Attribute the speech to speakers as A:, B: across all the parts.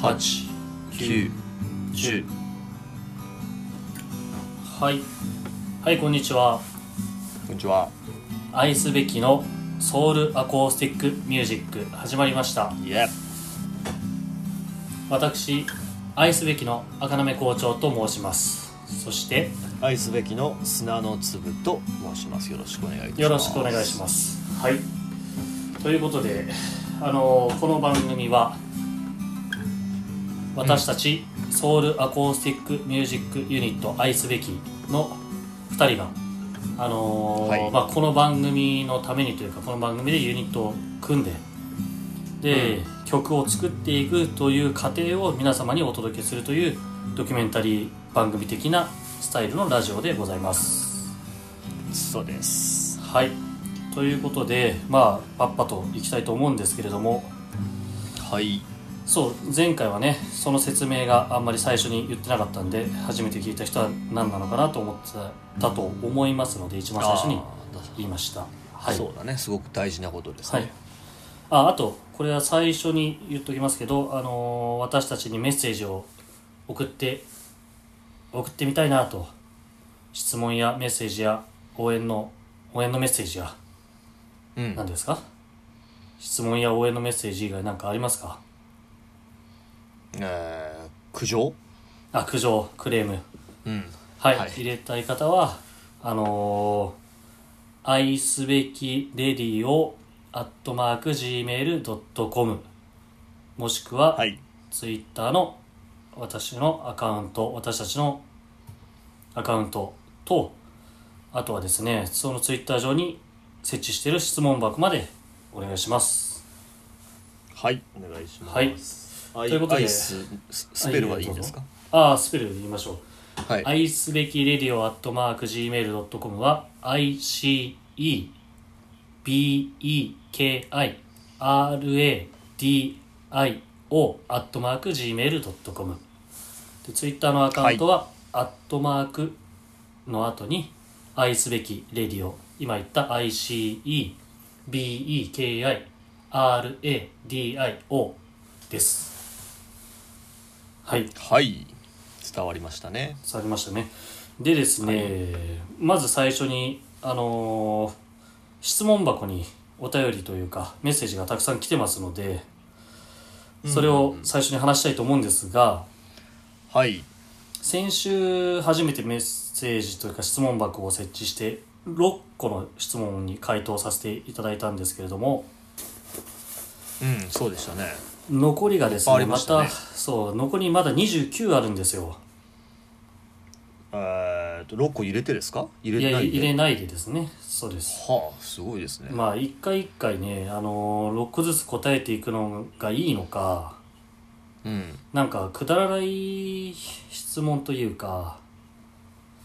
A: 八九十
B: はいはいこんにちは
A: こんにちは
B: 愛すべきのソウルアコースティックミュージック始まりました
A: イエ
B: 私愛すべきの赤なめ校長と申しますそして
A: 愛すべきの砂の粒と申しますよろしくお願いいたします
B: よろしくお願いしますはいということであのこの番組は私たちソウルアコースティックミュージックユニット愛すべきの2人があのー
A: はい
B: まあ、この番組のためにというかこの番組でユニットを組んでで、曲を作っていくという過程を皆様にお届けするというドキュメンタリー番組的なスタイルのラジオでございます。
A: そうです
B: はいということでまあパッパといきたいと思うんですけれども
A: はい
B: そう前回はねその説明があんまり最初に言ってなかったんで初めて聞いた人は何なのかなと思ってたと思いますので一番最初に
A: あー
B: 言いましたはい
A: そうだねすごく大事なことですね、
B: はい、ああとこれは最初に言っときますけど、あのー私たちにメッセージを送って送ってみたいなと質問やメッセージや応援の応援のメッセージや
A: うん
B: 何ですか質問や応援のメッセージ以外何かありますか
A: えー、苦情
B: あ苦情クレーム
A: うん
B: はい、
A: はい
B: 入れたい方はあのー愛すべきレディをアットマーク Gmail.com もしくは、
A: はい
B: ツイッターの私のアカウント私たちのアカウントとあとはですねそのツイッター上に設置している質問箱までお願いします
A: はいお願いします
B: はい
A: はい
B: ということで
A: アイスススペルはいいですか
B: ああスペル言いましょう
A: はい
B: 愛すべきレディオアットマーク Gmail.com は ICEBEKIRADIO アットマーク Gmail.com で、ツイッターのアカウントは、アットマークの後に愛すべきレディオ今言った ICEBEKIRADIO ですはい
A: はい伝わりましたね
B: されましたねでですね、まず最初にあのー質問箱にお便りというかメッセージがたくさん来てますのでそれを最初に話したいと思うんですが、
A: はい
B: 先週初めてメッセージというか質問箱を設置して6個の質問に回答させていただいたんですけれども
A: うんそうでしたね
B: 残りがです
A: いっぱ
B: ね
A: いありま
B: ま
A: したね
B: たそう残りまだ29あるんですよ
A: えー、と6個入れてですか入
B: い
A: れ
B: や
A: てないで
B: 入れないでですねそうです
A: はあすごいですね、
B: まあ一回一回ね、あのー、6個ずつ答えていくのがいいのか
A: うん
B: なんかくだらない質問というか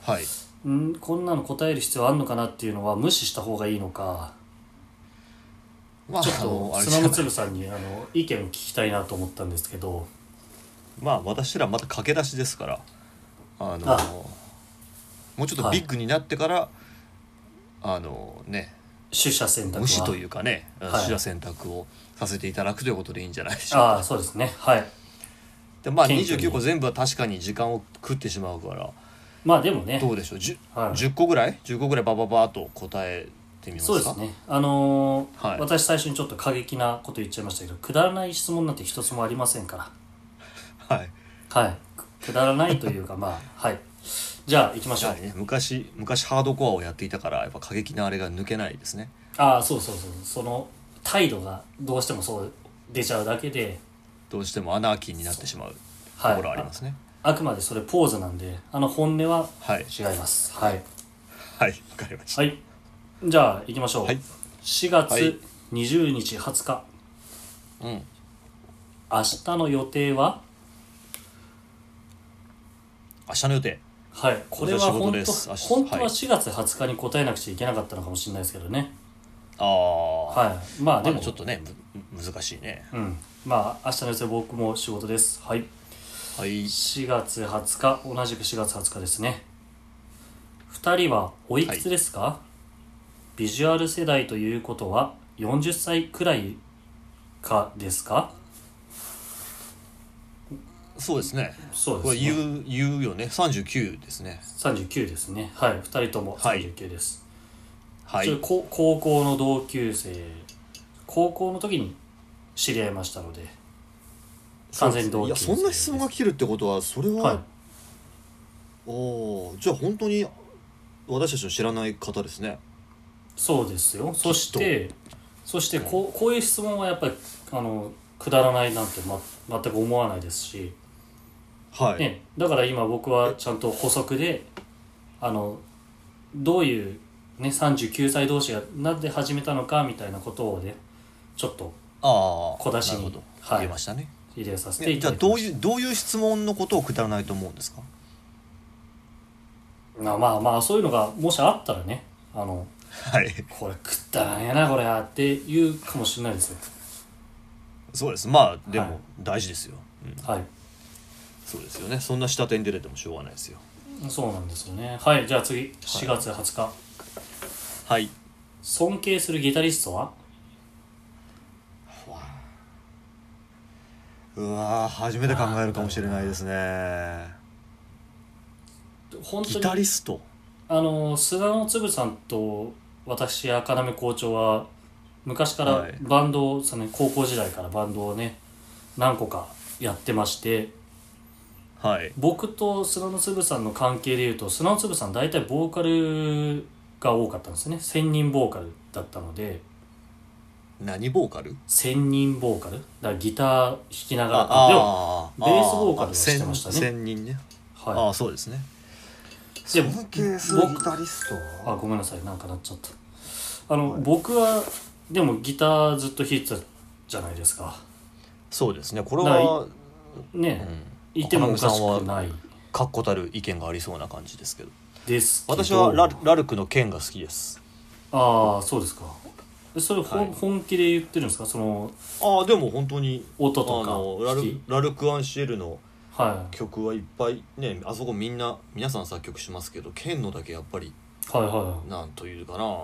A: はい
B: んこんなの答える必要あるのかなっていうのは無視した方がいいのか
A: まあ
B: ちょっ
A: あの
B: と
A: あれ
B: 砂の
A: じゃない
B: 粒さんにあの意見を聞きたいなと思ったんですけど
A: まあ私らまた駆け出しですからあの
B: あ
A: もうちょっとビッグになってから、あのね
B: 取捨選択は
A: 無視というかね
B: い
A: 主な選択をさせていただくということでいいんじゃないでしょうか
B: ああそうですねはい
A: でまあ
B: 謙虚に
A: 29個全部は確かに時間を食ってしまうから
B: まあでもね
A: どうでしょう 10,、
B: はい
A: 10個ぐらい10個ぐらいバババーっと答えてみますか
B: そうですねあのー
A: はい
B: 私最初にちょっと過激なこと言っちゃいましたけどくだらない質問なんて一つもありませんから
A: はい
B: はいくくだらないというかまあ はいじゃあ行きましょう、
A: はいね、昔昔ハードコアをやっていたからやっぱ過激なあれが抜けないですね
B: ああそうそうそうその態度がどうしてもそう出ちゃうだけで、
A: どうしてもアナーキーになってしまうと
B: はい、
A: ころありますね
B: ああくまでそれポーズなんであの本音は
A: はい
B: 違いますはい、
A: はいわかりました
B: はい、じゃあ行きましょう、
A: はい
B: 4
A: はい
B: 月20日20日、
A: うん
B: 明日の予定は
A: 明日の予定
B: はいこれは本
A: 私は仕事で
B: 当
A: す明日
B: 本当
A: は
B: はい4月20日に答えなくちゃいけなかったのかもしれないですけどね
A: ああい
B: はいまあで
A: でも
B: も
A: ちょっとねむ難しいね
B: うんまあ明日の予定僕も仕事ですはい
A: はい
B: 4月20日同じく4月20日ですね2人はおいくつですか、ビジュアル世代ということは40歳くらいかですか
A: そうですね
B: そう
A: こ
B: で
A: れ
B: すね
A: 言う言うよね39ですね
B: 39ですねはい2人とも
A: はい
B: 39です、
A: は
B: それ
A: い
B: こ高校の同級生高校の時に知り合いましたので完全に同級
A: いや
B: 生
A: そんな質問が来てるってことはそれは、
B: はい
A: おーじゃあ本当に私たちの知らない方ですね
B: そうですよそしてそしてこうこういう質問はやっぱりあのくだらないなんて、ま、全く思わないですし、
A: はい、
B: ね、だから今僕はちゃんと補足であのどういう、ね、39歳同士がなんで始めたのかみたいなことをねちょっと
A: ああ
B: 小出しに
A: なるほど
B: はい
A: 言えましたね、
B: 入れさせて
A: え
B: い
A: じゃ
B: ただ
A: あ
B: きま
A: どう
B: し
A: いうどういう質問のことをくだらないと思うんですか
B: たまあまあまあそういうのがもしあったらねあの
A: はい
B: これ食ったらんやなこれはっていうかもしれないですよ
A: そうですまあで
B: はい
A: も大事ですよ、うん、
B: はい
A: そうですよねそんな下手に出れてもしょうがないですよ
B: そうなんですよねはいじゃあ次4月20日、
A: はい
B: 尊敬するギタリストは
A: うわー初めて考えるかもしれないですね
B: 本
A: ギ
B: 当
A: タ
B: に
A: リスト
B: あの菅野つさんと私や要校長は昔か
A: は
B: ら
A: い
B: バンドを、そのね高校時代からバンドをね何個かやってまして
A: はい
B: 僕と菅野つさんの関係でいうと菅野つさん大体ボーカルが多かったんですね専任ボーカルだったので
A: 何ボーカル
B: 専任ボーカルだからギター弾きながらでもベ
A: あ
B: ースボーカルはしてましたね
A: 1000人ね、
B: はい
A: ああそうですね
B: で
A: 尊敬するギタリスト
B: あごめんなさいなんかなっちゃったあの、僕はでもギターずっと弾いてたじゃないですか
A: そうですねこれは、う
B: ね、
A: ん、
B: いてもおかし
A: 要さ
B: く
A: ん
B: ない
A: 確固たる意見がありそうな感じですけど
B: ですけど
A: 私はラルラルクの剣が好きです
B: ああそうですかえそれ、ほん
A: はい
B: 本気で言ってるんですかその
A: ああでも本当に
B: 音
A: あ
B: とか
A: のラ
B: 弾
A: ル
B: き
A: ラルク・アンシエルの
B: はい
A: 曲はいっぱいねあそこみんな皆さん作曲しますけど剣のだけやっぱり
B: はいは
A: なんというかな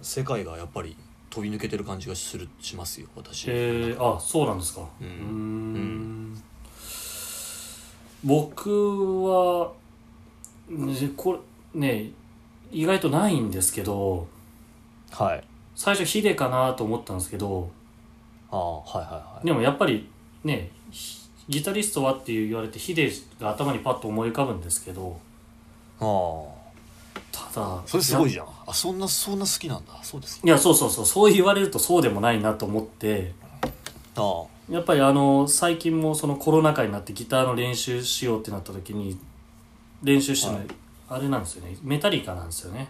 A: 世界がやっぱり飛び抜けてる感じがするしますよ
B: い
A: 私、
B: えー、あそうなんですか
A: うん
B: うーん
A: うん
B: 僕はねこれね意外とないんですけど
A: はい
B: 最初ヒデかなと思ったんですけど
A: ああはいはいはい
B: でもやっぱりねひギタリストはって言われてヒデが頭にパッと思い浮かぶんですけど
A: あ
B: ただ
A: あそれすごい
B: や
A: じゃんあそんなそんな好きなんだそうですか
B: いやそうそうそうそう言われるとそうでもないなと思って
A: ああ
B: やっぱりあの最近もそのコロナ禍になってギターの練習しようってなった時に練習してるの、
A: はい
B: あれなんですよねメタリカなんですよね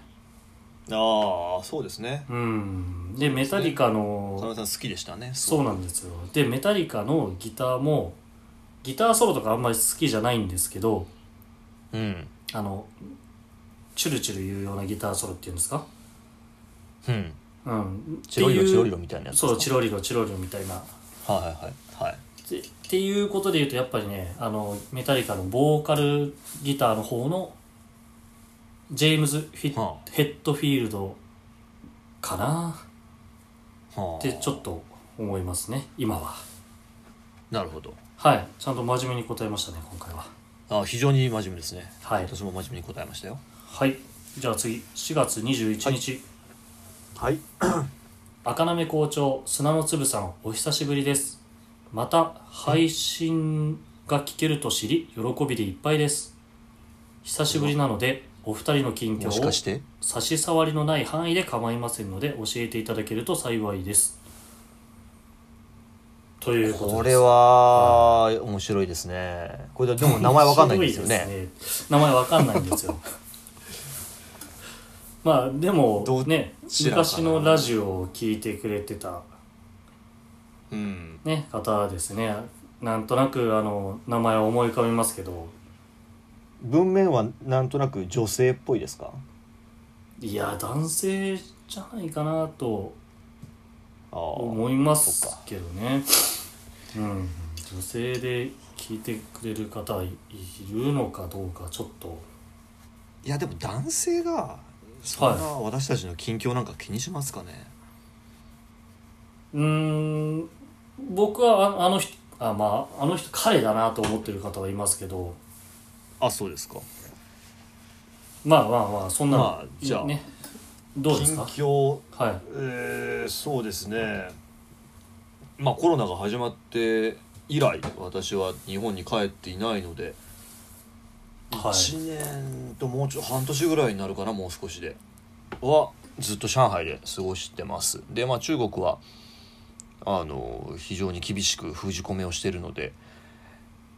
A: ああそうですね
B: うんでメタリカの
A: 金井さん好きでしたねすご
B: そ
A: いう
B: なんですよでメタリカのギターもギターソロとかあんまり好きじゃないんですけど
A: うん
B: あのチュルチュル言うようなギターソロっていうんですか
A: うん
B: うん
A: チロリロ
B: ってい
A: チ
B: う
A: ロリロみたいなやつです
B: そ
A: か
B: うチロリロチロリロみたいなっ
A: はいはいはいはい
B: てっていうことで言うとやっぱりねあのメタリカのボーカルギターの方のジェームズ・フィ
A: は
B: ヘッドフィールドかな
A: はあ
B: ってちょっと思いますね今は
A: なるほど
B: はいちゃんと真面目に答えましたね今回は
A: ああ非常に真面目ですね
B: はい、
A: 私も真面目に答えましたよ
B: はい、じゃあ次4月21日、
A: はい
B: 赤なめ校長砂の粒さんお久しぶりですまた配信が聞けると知り喜びでいっぱいです久しぶりなのでお二人の近況
A: もしか
B: を
A: して
B: 差し障りのない範囲で構いませんので教えていただけると幸いですということです
A: これは面白いですねこれでも名前わかんないんですよね
B: ごいですね名前わかんないんですよ まあでも
A: どっ
B: ね
A: ちらかな
B: 昔のラジオを聞いてくれてた、
A: うん
B: ね、方ですねなんとなくあの名前は思い浮かびますけど
A: 文面はなんとなく女性っぽいですか
B: いや男性じゃないかなと
A: ああ
B: 思いますけどねうん女性で聞いてくれる方いるのかどうかちょっと
A: いやでも男性がそんな私たちの近況なんか気にしますかね、
B: うーん僕はああの人ああまああの人彼だなと思ってる方はいますけど
A: あそうですか
B: まあまあまあそんな、
A: まあじゃあ
B: ねどうですか
A: 近況
B: はい
A: えーそうですねまあコロナが始まって以来私は日本に帰っていないので、
B: はい
A: 1年ともうちょっと半年ぐらいになるかなもう少しではずっと上海で過ごしてますでまあ中国はあの非常に厳しく封じ込めをしているので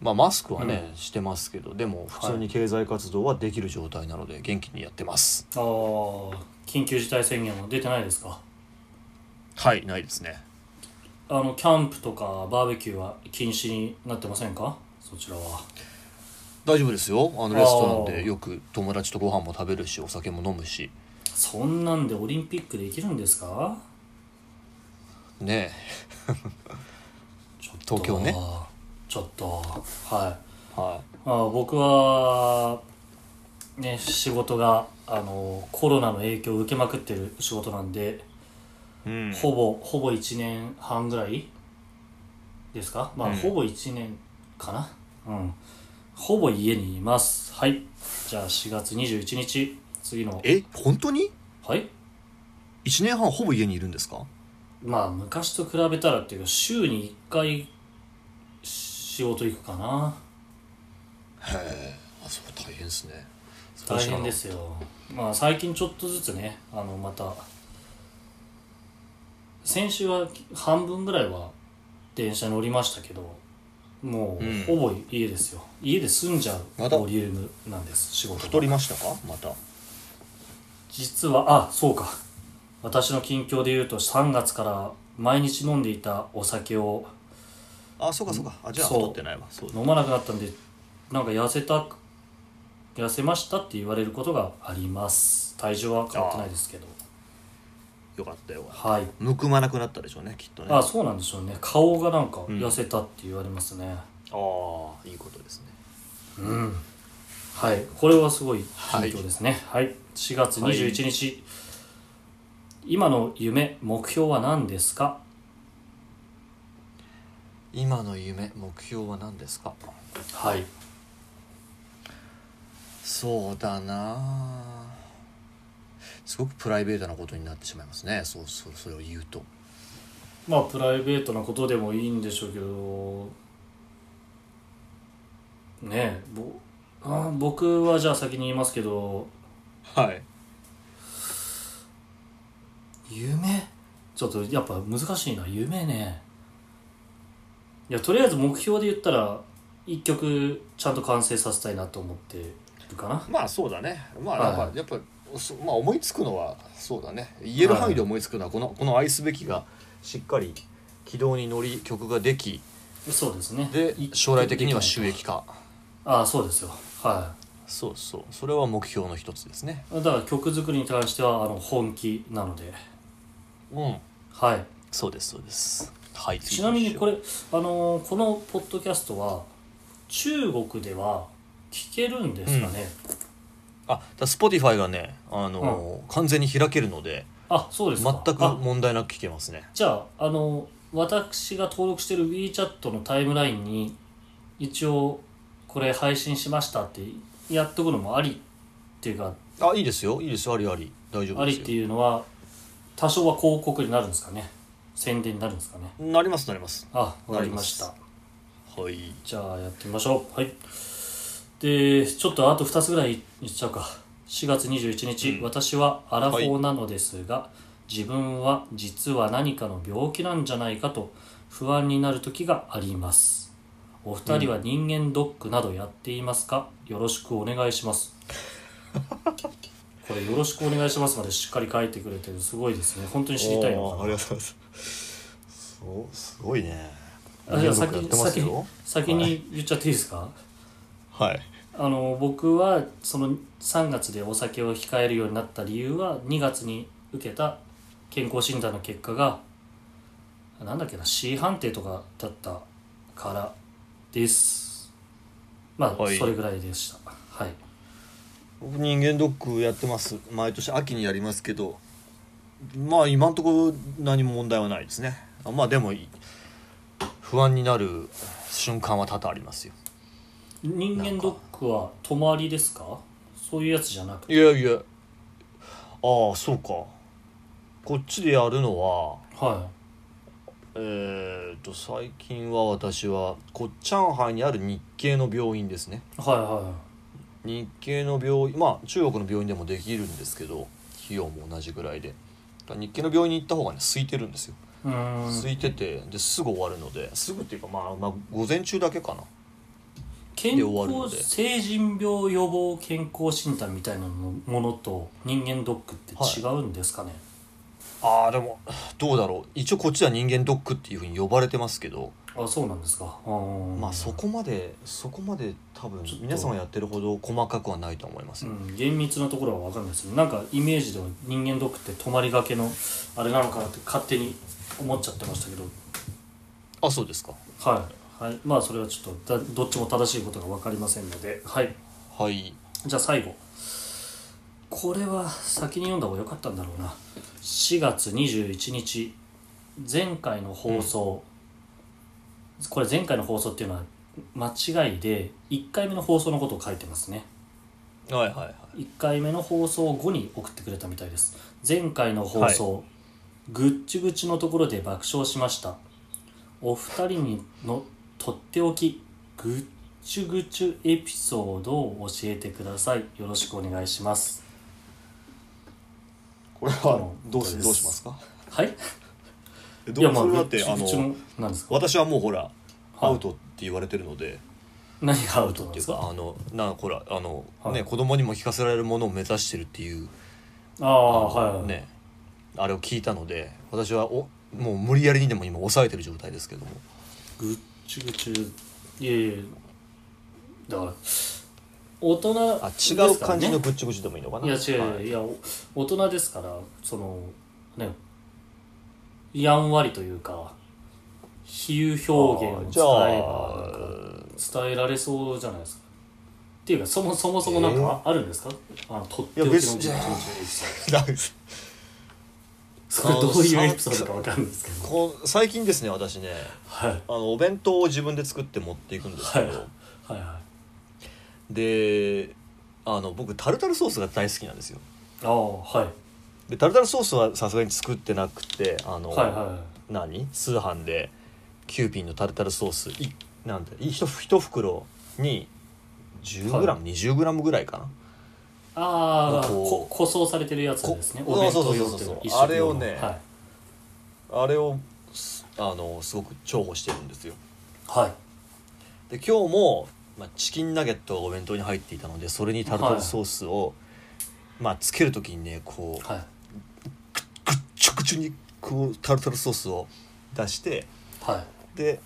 A: まあマスクはね、してますけどでも普通に経済活動はできる状態なので元気にやってます
B: あー緊急事態宣言は出てないですか
A: はいないですね
B: あのキャンプとかバーベキューは禁止になってませんかそちらは
A: 大丈夫ですよあのレストラン
B: あー
A: でよく友達とご飯も食べるしお酒も飲むし
B: そんなんでオリンピックできるんですか
A: ね
B: ちょっ
A: 東京ね
B: ちょっとはい
A: えは
B: まあ、僕はね仕事があのコロナの影響を受けまくってる仕事なんで、
A: い、うん
B: ほぼほぼ1年半ぐらいですかまあ、
A: うん
B: ほぼ1年かなうんほぼ家にいますはいじゃあ4月21日次の
A: え本当に
B: はい
A: 1年半ほぼ家にいるんですか
B: まあ昔と比べたらっていうか週に1回仕事行くかな
A: へえあそう大変ですね
B: 大変ですよまあ最近ちょっとずつねあのまた先週は半分ぐらいは電車乗りましたけども
A: うん
B: うほぼ家ですよ、家で住んじゃう
A: また
B: ボリュームなんです仕事
A: 太
B: が
A: りましたかまた
B: 実はあそうか私の近況で言うと3月から毎日飲んでいたお酒を
A: あそうかそうかあじゃあ
B: そう
A: 太ってないわそう
B: 飲まなくなったんでなんか痩せた痩せましたって言われることがあります体重は変わってないですけど
A: よかったよ
B: はい
A: むくまなくなったでしょうねきっとね
B: あそうなんでしょうね顔がなんか
A: ん
B: 痩せたって言われますね
A: あーいいことですね
B: うん、はいこれはすごい近況ですねはい、4月21日、今の夢目標は何ですか
A: 今の夢目標は何ですか
B: はい
A: そうだなすごくプライベートなことになってしまいますねそうそうそれを言うと
B: まあプライベートなことでもいいんでしょうけどねえぼあ僕はじゃあ先に言いますけど
A: はい
B: 夢ちょっとやっぱ難しいな夢ねいやとりあえず目標で言ったら一曲ちゃんと完成させたいなと思ってるかな
A: まあそうだねまあ
B: はい
A: なんかやっぱ、そまあ思いつくのはそうだね言える範囲で思いつくのはこのこの愛すべきがしっかり軌道に乗り曲ができ
B: そうですね
A: で
B: い
A: 将来的には収益化
B: ああそうですよは
A: そうそうそれは目標の一つですね
B: いだから曲作りに関してはあの本気なので
A: うん
B: はい
A: そうですそうですはい
B: ちなみにこ
A: れ
B: れあのーこのポッドキャストは中国では聞けるんですかね、
A: あだ Spotify がねあのー、完全に開けるので
B: あそうです
A: 全
B: か
A: く
B: あ
A: 問題なく聞けますね
B: じゃああの私が登録してる WeChat のタイムラインに一応これ配信しましたってやっとくのもありっていうか
A: あいいですよいいですよありあり大丈
B: あ
A: 夫で
B: り
A: す
B: って
A: よ
B: いうのは多少は広告になるんですかね宣伝になるんですかね
A: なりますなります
B: あわかりまし
A: な
B: た
A: はい
B: じゃあやってみましょうはいでちょっとあと2つぐらいいっちゃうか4月21日、
A: うん
B: 私はアラフォーなのですが、自分は実は何かの病気なんじゃないかと不安になる時がありますお二人は人間ドックなどやっていますか、よろしくお願いしますこれ「よろしくお願いします」までしっかり書いてくれてるすごいですね本当に知りたいの
A: おー
B: か
A: あり
B: な
A: がとうございますそうすごいね
B: あじゃあ
A: 連続
B: 先
A: やっ
B: に
A: てます
B: 先
A: よ
B: に先に言っちゃっていいですか、
A: はい
B: あの僕はその3月でお酒を控えるようになった理由は2月に受けた健康診断の結果がなんだっけな C 判定とかだったからですまあ、
A: はい
B: それぐらいでしたはい
A: 僕人間ドックやってます毎年秋にやりますけどまあ今んところ何も問題はないですねあまあでもい不安になる瞬間は多々ありますよ
B: 人間ドックは泊まりですかそういうやつじゃなくて
A: いやいやああそうかこっちでやるのは
B: は
A: えー、と最近は私はこ上海にある日系の病院ですね
B: いはいは
A: 日系の病院まあ中国の病院でもできるんですけど費用も同じぐらいで日系の病院に行った方がね空いてるんですよ
B: いうーん
A: 空いててですぐ終わるのですぐっていうかまあまあ午前中だけかな
B: 健
A: で終わるの
B: 康
A: で
B: 成人病予防健康診断みたいなのものと人間ドックって違うんですかね、
A: あーでもどうだろう一応こっちは人間ドックっていうふうに呼ばれてますけど
B: あそうなんですかうん
A: まあそこまでそこまで多分
B: ちょっと
A: 皆さんがやってるほど細かくはないと思います、
B: うん、厳密なところは分かんないですけどなんかイメージでは人間ドックって泊まりがけのあれなのかなって勝手に思っちゃってましたけど
A: あそうですか
B: はい、はい、まあそれはちょっとだどっちも正しいことが分かりませんのではい
A: はい
B: じゃあ最後これは先に読んだ方が良かったんだろうな4月21日前回の放送、これ前回の放送っていうのは間違いで1回目の放送のことを書いてますね
A: はいはいはい
B: 1回目の放送後に送ってくれたみたいです前回の放送、ぐっちぐちのところで爆笑しましたお二人にのとっておきぐっちゅぐちゅエピソードを教えてくださいよろしくお願いします
A: これは
B: うん
A: どうす
B: そうです
A: どうしますか
B: はい
A: え
B: い
A: ど
B: や
A: う
B: まあ
A: それ
B: ぐ
A: だ
B: っ
A: っ
B: ち
A: てあ
B: ぐちゅ
A: の
B: のなんですか
A: 私はもうほら
B: はい
A: アウトって言われてるので
B: 何がアウトなん
A: っ
B: で
A: ていう
B: す
A: か
B: か
A: あのなほらあの、
B: はい
A: ね子供にも聞かせられるものを目指してるっていう
B: ああ
A: あの
B: はい、はい
A: ねあれを聞いたので私はおもう無理やりにでも今抑えてる状態ですけども
B: ぐっちゅぐちゅいやいやだから大人
A: あ
B: です
A: 違
B: からね
A: う感じのぐっちゅぐちゅでもいいのかない
B: や違う、、
A: はい
B: やお大人ですからそのねやんわりというか比喩表
A: あー
B: 現
A: じゃ
B: を伝えれば
A: あ
B: なんか伝えられそうじゃないですかっていうかそもそもそもなん
A: え
B: か
A: ー
B: あるんですか、あのとっておき
A: い
B: の
A: や
B: 気持
A: 別
B: ち
A: に
B: のエピソードそれ
A: あの
B: どういうエピソードかわかるんないですけど
A: こう最近ですね私ね
B: はい
A: あのお弁当を自分で作って持っていくんですけど、
B: はいはいはい
A: であの僕タルタルソースが大好きなんですよ
B: ああはい
A: でタルタルソースはさすがに作ってなくてあの、
B: はいは
A: 何通販でキューピーのタルタルソースいなんていひと一袋に 10g20g、
B: は
A: 20g ぐらいかな
B: いああ
A: こ
B: こ
A: う
B: 個装されてるやつですね
A: こ
B: お弁当
A: そう
B: 用
A: そう
B: って
A: そう
B: いの
A: そうう
B: 一食
A: あれを
B: 分の
A: ね
B: はい
A: あれをすあのすごく重宝してるんですよ
B: はい
A: で今日も、まあ、チキンナゲットがお弁当に入っていたのでそれにタルタルソースを、まあつける時にねこう
B: はい
A: ぐっちゅぐちゅにこうタルタルソースを出して
B: はい
A: で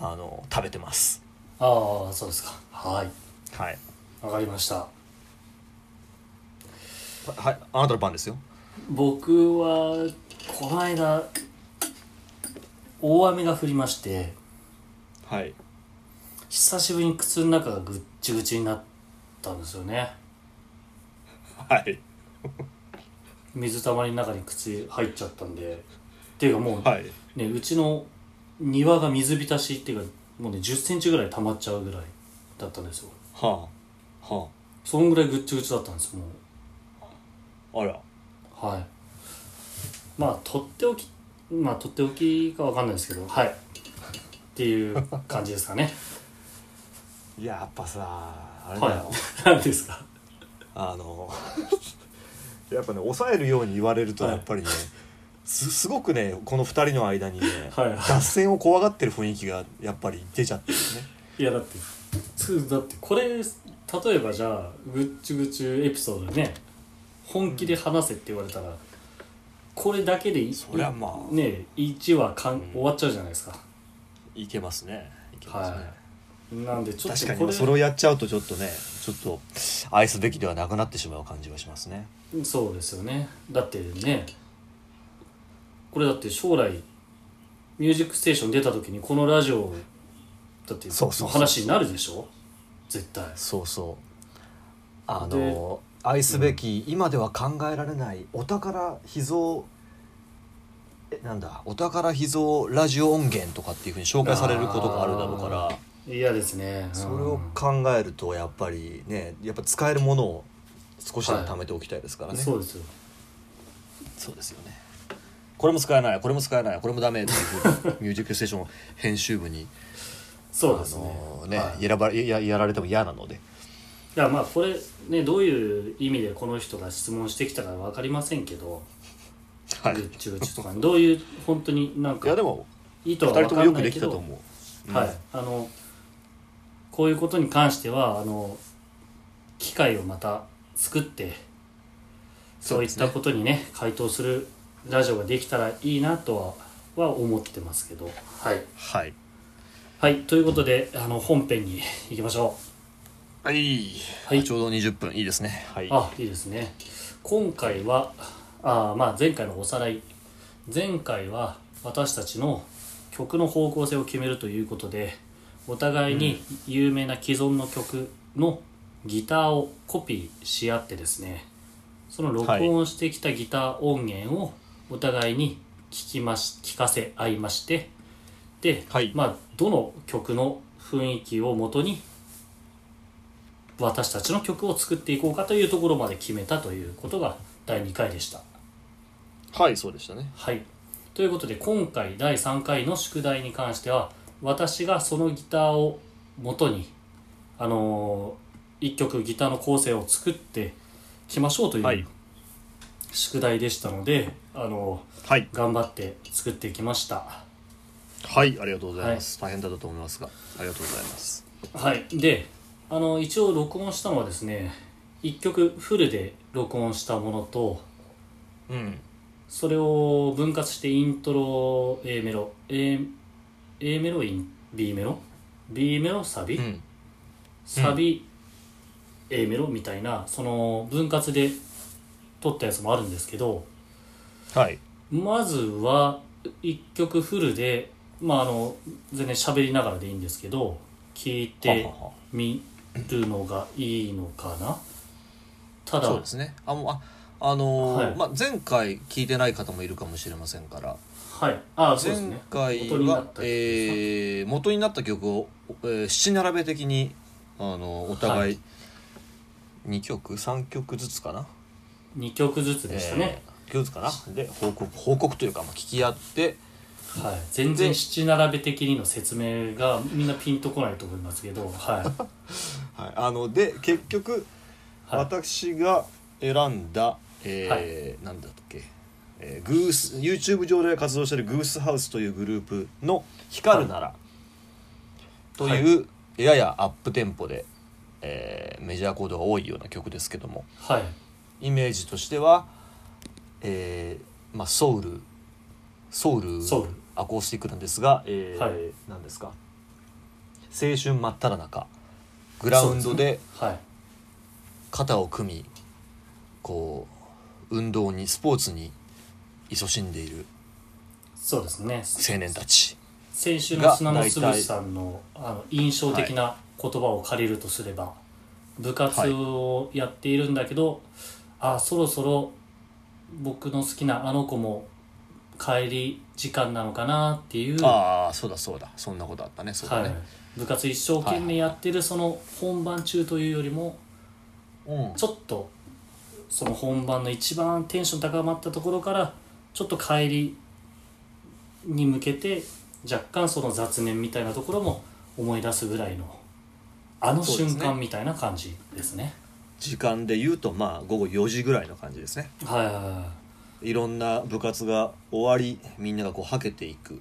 A: あの食べてます
B: ああそうですかはい
A: はい
B: わかりました
A: ははいあなたの番ですよ
B: 僕はこの間大雨が降りまして
A: はい
B: 久しぶりに靴の中がぐっちぐちになったんですよね
A: はい
B: 水たまりの中に靴入っちゃったんでっていうかもう、
A: い
B: ねうちの庭が水浸しっていうかもうね1 0ンチぐらい溜まっちゃうぐらいだったんですよ
A: はあは
B: そんぐらいぐっちぐちだったんですもう
A: ああら
B: はいまあとっておきまあとっておきかわかんないですけどはいっていう感じですか ね
A: いややっぱさあれだよ、
B: はい何ですか
A: あの やっぱね抑えるように言われると
B: はい
A: やっぱりね、すすごくねこの2人の間にね、
B: はい
A: 脱線を怖がってる雰囲気がやっぱり出ちゃってるね
B: いやだってつだってこれ例えばじゃあぐっちゅぐちゅエピソードでね本気で話せって言われたら、これだけでい
A: そりゃまあ
B: ね1話かん、
A: うん
B: 終わっちゃうじゃないですか
A: いけますねいけますね、
B: はいなんでちょっと
A: 確
B: こ
A: か
B: れ
A: にそれをやっちゃうとちょっとねちょっと愛すべきではなくなってしまう感じはしますね
B: そうですよねだってねこれだって将来「ミュージックステーション」出た時にこのラジオだって
A: そうそうそう
B: 話になるでしょ絶対
A: そうそうあの愛すべき、今では考えられないお宝秘蔵えなんだお宝秘蔵ラジオ音源とかっていうふうに紹介されることがあるだろうから
B: 嫌ですねうん
A: それを考えるとやっぱりねやっぱ使えるものを少しでも貯めておきたいですからね、
B: そうですよ
A: そうですよねこれも使えないこれも使えないこれもダメっていうふう にミュージックステーション編集部に
B: そうで
A: あ
B: すね,、
A: のね
B: はい、い
A: やらばややられても嫌なので
B: やまあこれねどういう意味でこの人が質問してきたか分かりませんけど、
A: はい
B: グッチグッチとかどういう本当になん
A: い
B: か
A: やでも
B: いいと
A: 2
B: は分か
A: 人と
B: ん
A: も
B: ないけど
A: よくできたと思う、うん
B: はい、あのこういうことに関してはあの機会をまた作ってそういった
A: と
B: ことにね回答するラジオができたらいいなとはは思ってますけどはい、
A: はい
B: はい、ということであの本編に行きましょ
A: はい、
B: はい
A: あちょうど20分いいですねはいう
B: あいいですね今回はあーまあ前回のおさらい前回は私たちの曲の方向性を決めるということでお互いに有名な既存の曲のギターをコピーし合ってですねその録音してきたギター音源をお互いに聞きまし聞かせ合いましてで、
A: はい
B: まあ、どの曲の雰囲気をもとに私たちの曲を作っていこうかというところまで決めたということが第2回でした。
A: はいそうでしたね
B: はい、ということで今回第3回の宿題に関しては私がそのギターを元に、あの1曲ギターの構成を作ってきましょうとい
A: は
B: う
A: い
B: 宿題でしたので、あの
A: はい
B: 頑張って作ってきました。
A: はいありがとうございます、大変だったと思いますがありがとうございます
B: はい、であの一応録音したのはですね1曲フルで録音したものと
A: うん
B: それを分割してイントロ A メロ A, A メロイン B メロ B メロサビ、
A: うん
B: サビ、A メロみたいなその分割で撮ったやつもあるんですけど
A: はい
B: まずは1曲フルでまああの全然喋りながらでいいんですけど聞いて
A: ははは
B: 見るのがいいのかなただ
A: そうですねあもうああのー
B: はい
A: まあ、前回聞いてない方もいるかもしれませんから
B: はいああそうです
A: 前
B: ね
A: 回
B: 元になった曲
A: は
B: ですね
A: えー元になった曲を、えー七並べ的にあのお
B: は
A: 互
B: い
A: い2曲3曲ずつかな、
B: 2曲ずつでしたね、
A: えー曲ずつかなで報告報告というか、まあ、聞き合って
B: はい、全然七並べ的にの説明がみんなピンとこないと思いますけど、はい、
A: はい、あので結局、
B: はい
A: 私が選んだ、えーなんだっけ、えーグース YouTube 上で活動しているグースハウスというグループの「光るなら」という、ややアップテンポで、えーメジャーコードが多いような曲ですけども
B: はい、
A: イメージとしては、えーまあ、ソウルソウル
B: ソウル
A: アコースティックなんですが、えー
B: はい
A: なんですか青春真っ只中グラウンドで
B: はい、
A: 肩を組みこう運動にスポーツに勤しんでいる
B: そうですね。
A: 青年たち
B: 先週の砂のつぶしさんのあの印象的な言葉を借りるとすれば、部活をやっているんだけど、あそろそろ僕の好きなあの子も帰り時間なのかなっていう、は
A: ああそうだそうだそんなことあったねそうだね、
B: い、部活一生懸命やってるその本番中というよりも
A: うん
B: ちょっとその本番の一番テンション高まったところからちょっと帰りに向けて若干その雑念みたいなところも思い出すぐらいのあの瞬間みたいな感じですね。
A: 時間で言うとまあ午後4時ぐらいの感じですね
B: はいはいはい
A: ろんな部活が終わりみんながこうはけていく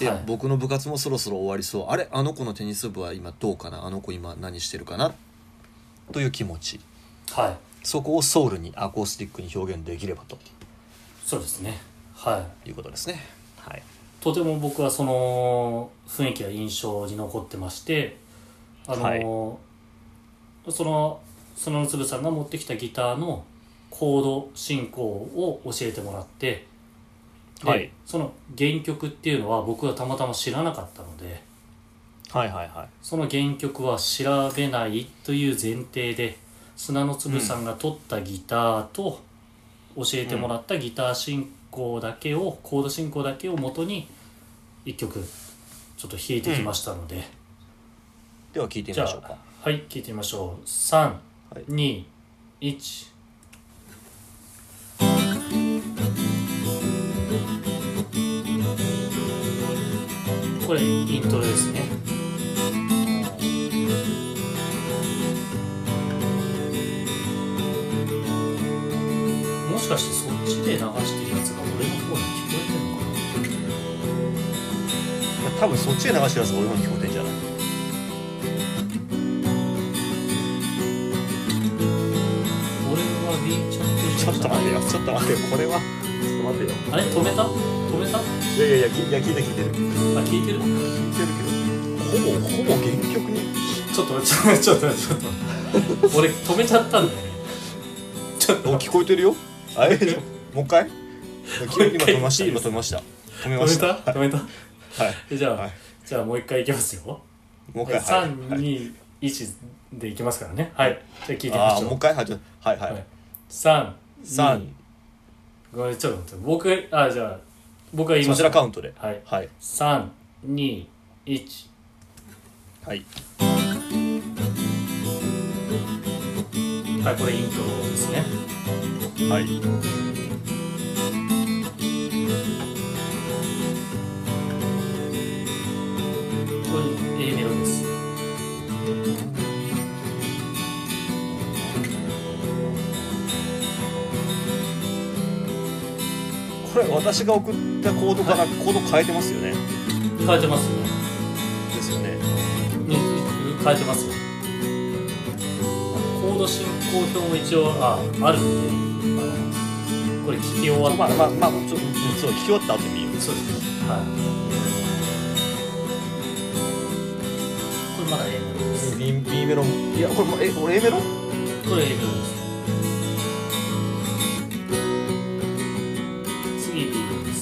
A: で、
B: はい
A: 僕の部活もそろそろ終わりそうあれあの子のテニス部は今どうかなあの子今何してるかなという気持ち
B: いはい
A: そこをソウルにアコースティックに表現できればと
B: そうですね。はい
A: いうことですねはい
B: とても僕はその雰囲気が印象に残ってましてあの、そのそのつぶさんが持ってきたギターのコード進行を教えてもらってで
A: はい
B: その原曲っていうのは僕はたまたま知らなかったので
A: はいはいはい
B: その原曲は調べないという前提で砂の粒さんが取ったギターと教えてもらったギター進行だけをコード進行だけを元に一曲ちょっと弾いてきましたので、
A: では聞いてみ
B: じゃ
A: ましょう
B: あ
A: か
B: はい聴いてみましょう321、一これイントロですねもしかしてそっちで流してるやつが俺の方に聞こえてんのかない
A: や多分そっちで流してるやつが俺の聞こえてんじゃない
B: 俺は B チャット
A: ちょっと待って
B: よ
A: よちょっと待ってよこれはちょっと待ってよ
B: あれ止めた止めたあ
A: いやいやいやきいや聞いて聞いてる聞いてる
B: 聞いてる
A: けどほぼほぼ原曲に
B: ちょっとちょっとちょっとちょっと俺止めちゃったんだよねちょっと
A: お聞こえてるよあ れもう一回今今止めました
B: もう一回
A: 今止めました止めま
B: 止め
A: したた
B: 止めた
A: はい
B: えじゃあ、
A: はい
B: じゃあもう一回いきますよ
A: もう一回はいはい
B: 321でいきますからねはいじゃあ聞いてみま
A: あ
B: しょ
A: ーもう一
B: う
A: 回はいちょはいは
B: はいい三
A: 三
B: ごめんちょっと待って僕があじゃあ僕が言い
A: そ
B: ます
A: ちらカウントで
B: はい
A: はい
B: 三二一
A: はい
B: はいこれイントロですね
A: はい
B: これ A メロです
A: これ私が送ったコードからコード変えてますよね
B: 変えてますね
A: ですよね
B: に変えてますよコード進行表も一応ああるんであのこれ聞き終わった
A: まあまあまあちょっとうんそう聞き終わった後に見よう
B: そうですねはいこれまだ A メロです
A: B, B メロいやこれもえ俺 A メロ
B: これ A メロです次 B メロです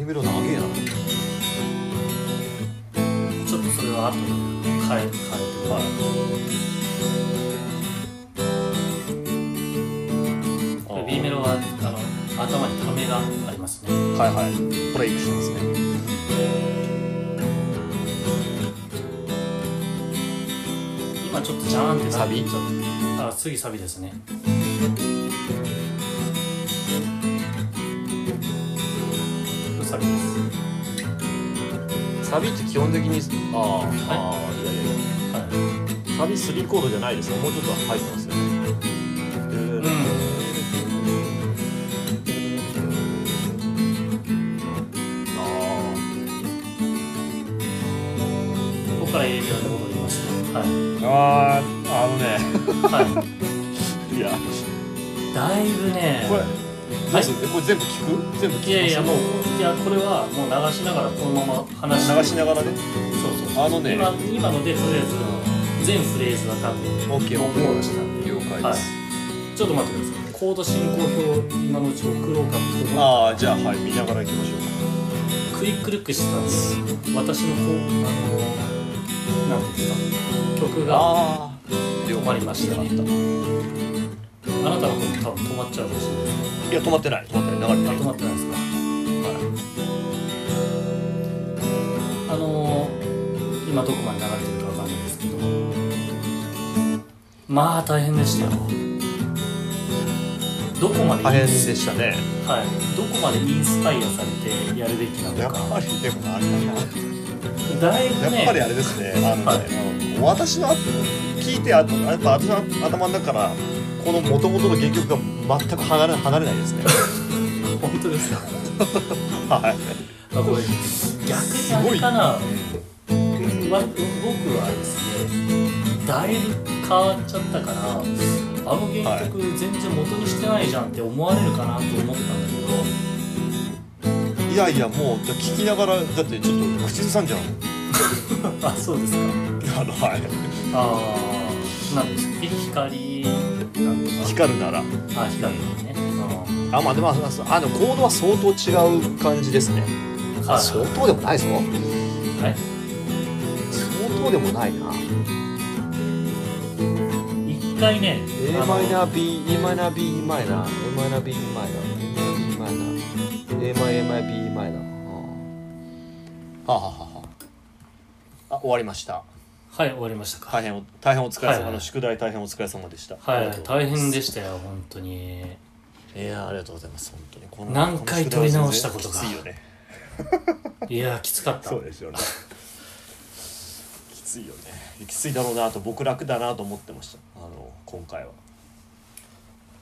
A: A メロ長えな
B: ちょっとそれは後で変え変えて
A: はい
B: これ B メロはあの頭にためがありますね
A: はいはいブレイクしてますね
B: 今ちょっとジャーンって
A: サビ
B: ちょっとあ次サビですねサビです
A: サビって基本的にあーあーいやいやい
B: は
A: やサビ3コードじゃないですよもうちょっと入ってますよね
B: い、うん、
A: あ
B: ここから A メロに戻りましたは
A: ーあーあのね
B: い、はい
A: や
B: い、だいぶね
A: これ
B: はい
A: どうするこれ全部聞く全部聞きます
B: いやいやもういやこれはもう流しながらこのまま話して
A: 流しながらね
B: そうそうそう
A: あのね
B: 今今のでとりあえず全フレーズは多分
A: OK
B: 僕も出したんで
A: 了解です、
B: はい、ちょっと待ってくださいコード進行表を今のうち送ろうかと思って
A: ああじゃあはい見ながら行きましょう
B: クイックルックしてたんです私の方あのなんていうんですか曲が
A: ああ
B: 止まりましたねあなたの曲多分止まっちゃうかもしれないですね
A: いや止まってない止まってない流
B: あ
A: れて
B: 止
A: ない
B: まってないですかあのー、今どこまで流れてるかわかんないですけどまあ大変でしたよどこまで
A: 大変でしたね
B: はい、どこまでインスパイアされてやるべきな
A: や
B: の
A: っ
B: か
A: ぱりでもあれだな
B: だいぶ
A: やっぱり
B: ね
A: あれですね、あのね、
B: はい
A: あの私の聞いてあとやっぱ私の頭の中からこの元々の原曲が全く離れ離れない ですね。
B: 本当ですか
A: はい。
B: あこれ逆にあれかなわ僕はですねだいぶ変わっちゃったからあの原曲全然元にしてないじゃんって思われるかなと思ったんだけど、
A: いやいやもうだ聞きながらだってちょっと口ずさんじゃん。
B: あそうですか
A: あのはい。
B: ああなんですか光なんとか
A: 光るなら。
B: あ光るね、う
A: あまあでもあのあのコードは相当違う感じですね。
B: ん、
A: あ
B: はい
A: 相当でもないぞ。
B: はい
A: 相当でもないな。
B: 一回ね
C: A
B: あの
C: マイナー B E マイナー B E マイナー A マイナー B E マイナー A マイナー B E マイナー A マイ A マイ B E マイナー
A: はあはあはああ終わりました
B: はい終わりましたか
A: 大変お大変お疲れ様、
B: はいはい
A: あの宿題大変お疲れ様でした
B: はい大変ですしたよ本当に
A: いやありがとうございます本当にこ
B: 何回
A: この宿題は全然
B: 撮り直したことか
A: きついよね
B: いやきつかった
A: ですよねきついよねきついだろうなと僕楽だなと思ってましたあの今回は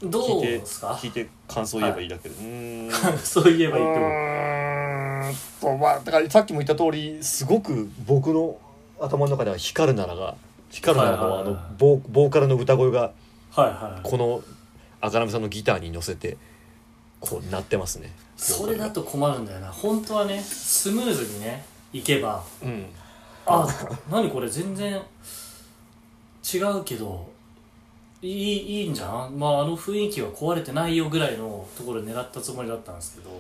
B: ど
A: 聞
B: う
A: いて
B: ですか
A: 聞いて感想言えばいいだけで、うーん
B: そう言えばいいと思う
A: うーんとまあだからさっきも言った通りすごく僕の頭の中では光るならが光るならば
B: はい
A: あ
B: はいはい
A: のボーボーカルの歌声が
B: はいはい
A: この赤波さんのギターに乗せてこう鳴ってますね
B: それだと困るんだよな本当はねスムーズにねいけば
A: うん
B: あ何これ全然違うけどいいいいんじゃんまああの雰囲気は壊れてないよぐらいのところ狙ったつもりだったんですけど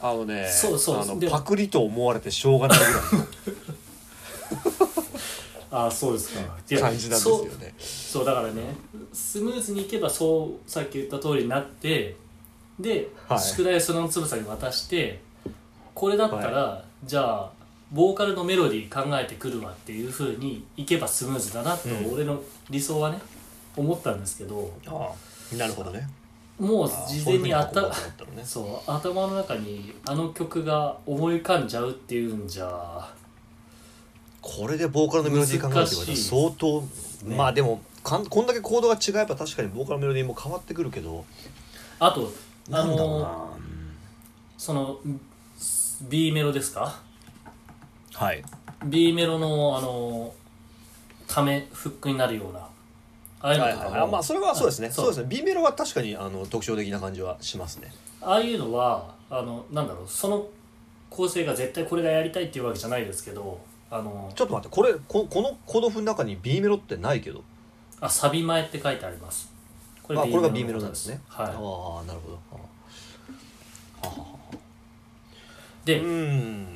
A: あのね
B: そうそう
A: あの
B: でも
A: パクリと思われてしょうがないぐ
B: ああそうですかい
A: らい
B: や
A: の感じなんですよね
B: そうそうだからねスムーズにいけばそうさっき言った通りになってで、
A: はい
B: 宿題をそのつぶさに渡してこれだったら、じゃあボーカルのメロディー考えてくるわっていうふうにいけばスムーズだなと、
A: うん
B: 俺の理想はね思ったんですけど
A: ああなるほどね
B: もう
A: ああ
B: 事前にあった
A: そういうふうに書こうかと思ったのね
B: そう頭の中にあの曲が思い浮かんじゃうっていうんじゃ
A: これでボーカルのメロディー考えてくれたら相当、
B: ね
A: まあでもかんこんだけコードが違えば確かにボーカルのメロディーも変わってくるけど
B: あとあ
A: なんだろうな
B: のその B メロですか
A: はい
B: B メロのあのためフックになるようなああいうの
A: はい
B: とかも、
A: はいあまあそれはそうですね、
B: はい
A: そうですね B メロは確かにあの特徴的な感じはしますね
B: ああいうのはあのなんだろうその構成が絶対これがやりたいっていうわけじゃないですけどあの
A: ちょっと待ってこれここのコード譜の中に B メロってないけど
B: あサビ前って書いてありますこ
A: あこれが B メロなんですね
B: はい
A: ああなるほどあ
B: で、
A: ーうーん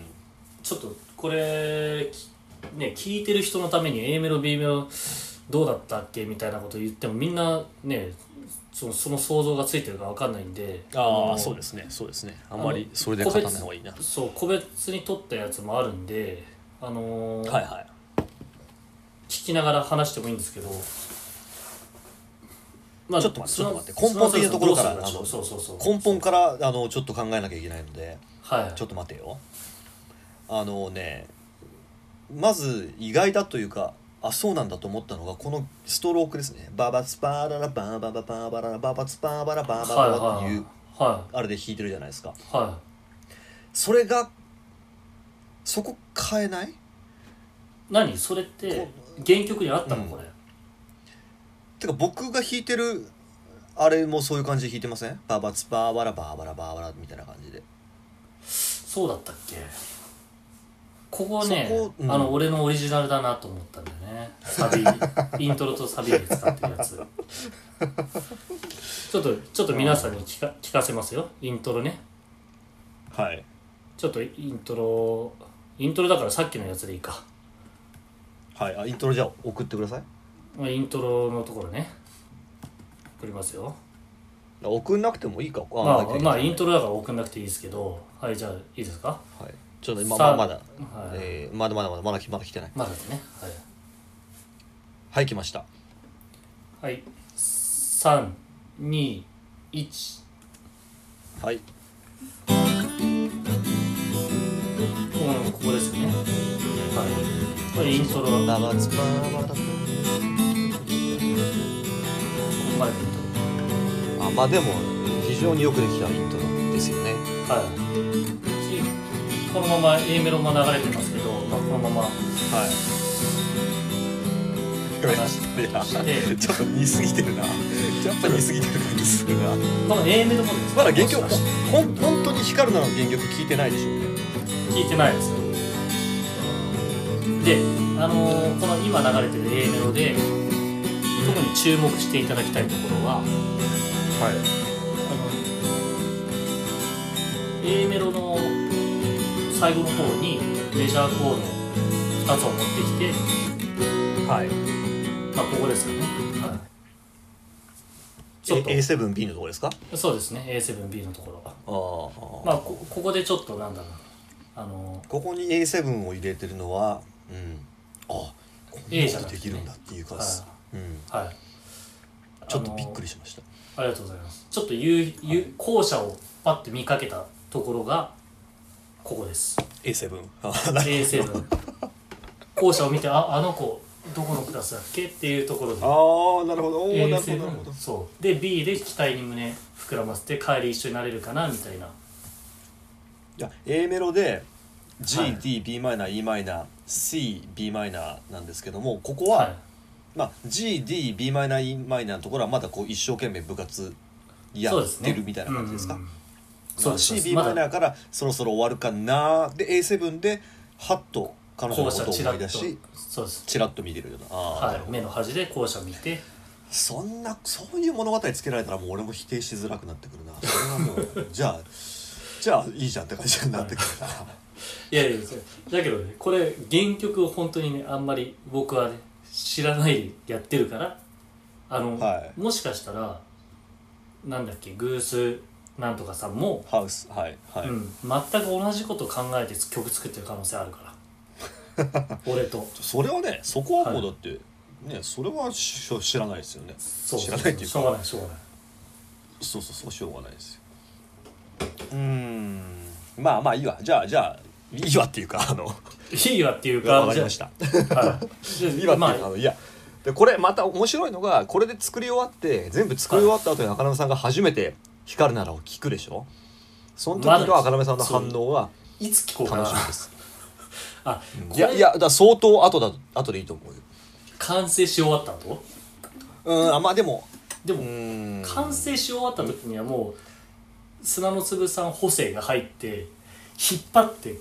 B: ちょっとこれきね聞いてる人のために A メロ B メロどうだったっけみたいなこと言ってもみんなねそのその想像がついてるかわかんないんで
A: ああそう
B: す
A: ですねそうですねあ
B: あ
A: んまりそれで語らない方がいいなは
B: そう個別に撮ったやつもあるんであのー
A: いはい
B: 聞きながら話してもいいんですけどま
A: ちょっと待って
B: その
A: ちょっと待って根本的なところから
B: その
A: あの
B: そうそうそう
A: 根本からあのちょっと考えなきゃいけないので
B: はい
A: ちょっと待てよあのねまず意外だというかあそうなんだと思ったのがこのストロークですねババツパーララバーバババーバララババツパーバラバーバ
B: はい
A: ババって
B: はい
A: いう
B: は
A: あれで弾いてるじゃないですか
B: いは
A: それがそこ変えない
B: い何それって原曲にあったの
A: うん
B: これ、
A: てか僕が弾いてるあれもそういう感じで弾いてませんババツパーバラバーバラバーバラみたいな感じで
B: そうだったっけここね
A: そこうん
B: あの俺のオリジナルだなと思ったんだよねサビ イントロとサビで使ってるやつちょっとちょっと皆さんに聞か聞かせますよイントロね
A: はい
B: ちょっとイントロイントロだからさっきのやつでいいか
A: はいあイントロじゃあ送ってください
B: まあイントロのところね送りますよ
A: 送んなくてもいいかあ
B: まあ
A: 入ってきて
B: まあイントロだから送んなくていいですけどはいじゃあいいですか
A: はいちょっと今
B: さ
A: ま
B: あ
A: あまだ
B: はい
A: えーまだまだまだまだ来まだ来てない
B: まだねはい
A: はい来ました
B: はい、321
A: はい
B: うんここですよねはいこれイントロここ
A: ババツパーバラ
B: までのイント
A: バラあまあでも非常によくできたイントロですよね
B: ロはいしこのまま A メロも流れてますけど、まあ、このまま
A: はいいや
B: で
A: ちょっと似すぎてるなやっぱ似すぎてる感じするな
B: この A メロもですね
A: まだ原曲
B: もしかし
A: ほん本当に光るなの原曲聞いてないでしょうね
B: て聞いてないですよで、あのーこの今流れてる A メロで特に注目していただきたいところは
A: はい
B: あの A メロの最後の方にメジャーコード2つを持ってきて、
A: はい
B: まあ、ここですよね、はちょっと
A: A7B のとこですか
B: そうですね A7B のところが
A: あー、
B: まあこここでちょっとなんだろうあの
A: ここに A7 を入れてるのはうんあこんな
B: A
A: こ
B: じゃ
A: と
B: なくて
A: で
B: ね
A: きるんだっていうか、
B: はい
A: うん、
B: はい
A: ちょっとびっく
B: り
A: りしました
B: ありがとうございますちょっと有有校舎をパッて見かけたところがここです
A: A7 あーなる
B: A7 校舎を見てああの子どこのクラスだっけっていうところで
A: あーなるほどおーなるほどなるほど
B: A7 そうで B で期待に胸膨らませて帰り一緒になれるかなみたいない
A: や A メロで
B: はい
A: GDBmEmCbm なんですけどもここは、
B: はい
A: まあ、GDBmEm のところはまだこう一生懸命部活や
B: そうで
A: っ
B: す
A: て
B: ね
A: るみたいな感じですか
B: うんそうですそうです
A: CBm からそろそろ終わるかなで A7 ではっと彼女の
B: 校舎
A: ことを
B: ちら
A: 思
B: っ
A: い
B: と
A: 出し
B: そうです
A: チラッと見てるようなあー、な
B: は
A: る
B: い、
A: ほど
B: 目の端で校舎見て
A: そんなそういう物語つけられたらもう俺も否定しづらくなってくるなそれはもう じゃあじゃあいいじゃんって感じになってくるな、
B: いやいやそうだけどねこれ原曲を本当にねあんまり僕はね知らないでやってるからあの、
A: はい
B: もしかしたらなんだっけグースなんとかさんも、
A: ハウスはいはい、
B: うん、全く同じこと考えて曲作ってる可能性あるから 俺と
A: それはねそこはも
B: は
A: う
B: い
A: だって、ねそれはしょ知らないですよね
B: そう
A: 知らないっていう
B: しょう
A: か
B: がないしょうがない
A: そうそうそうしょうがないですようーんまあまあいいわじゃあじゃあいいわっていうかあの
B: いいわっていうか
A: わかりました
B: じゃあはい、
A: いい
B: じゃ
A: わ
B: あま
A: っていうかあ
B: あ
A: のいやでこれまた面白いのがこれで作り終わって全部作り終わった後に赤波さんが初めて「光るなら」を聞くでしょその時の赤波さんの反応はい
B: つ聞こうかな
A: 楽しみです
B: あこ
A: い
B: れ
A: やいやだから相当後だ後でいいと思うよ
B: 完成し終わった後
A: うんあまあでも
B: で
A: う
B: も
A: ーん
B: 完成し終わった時にはもう砂の粒さん補正が入って引っ張って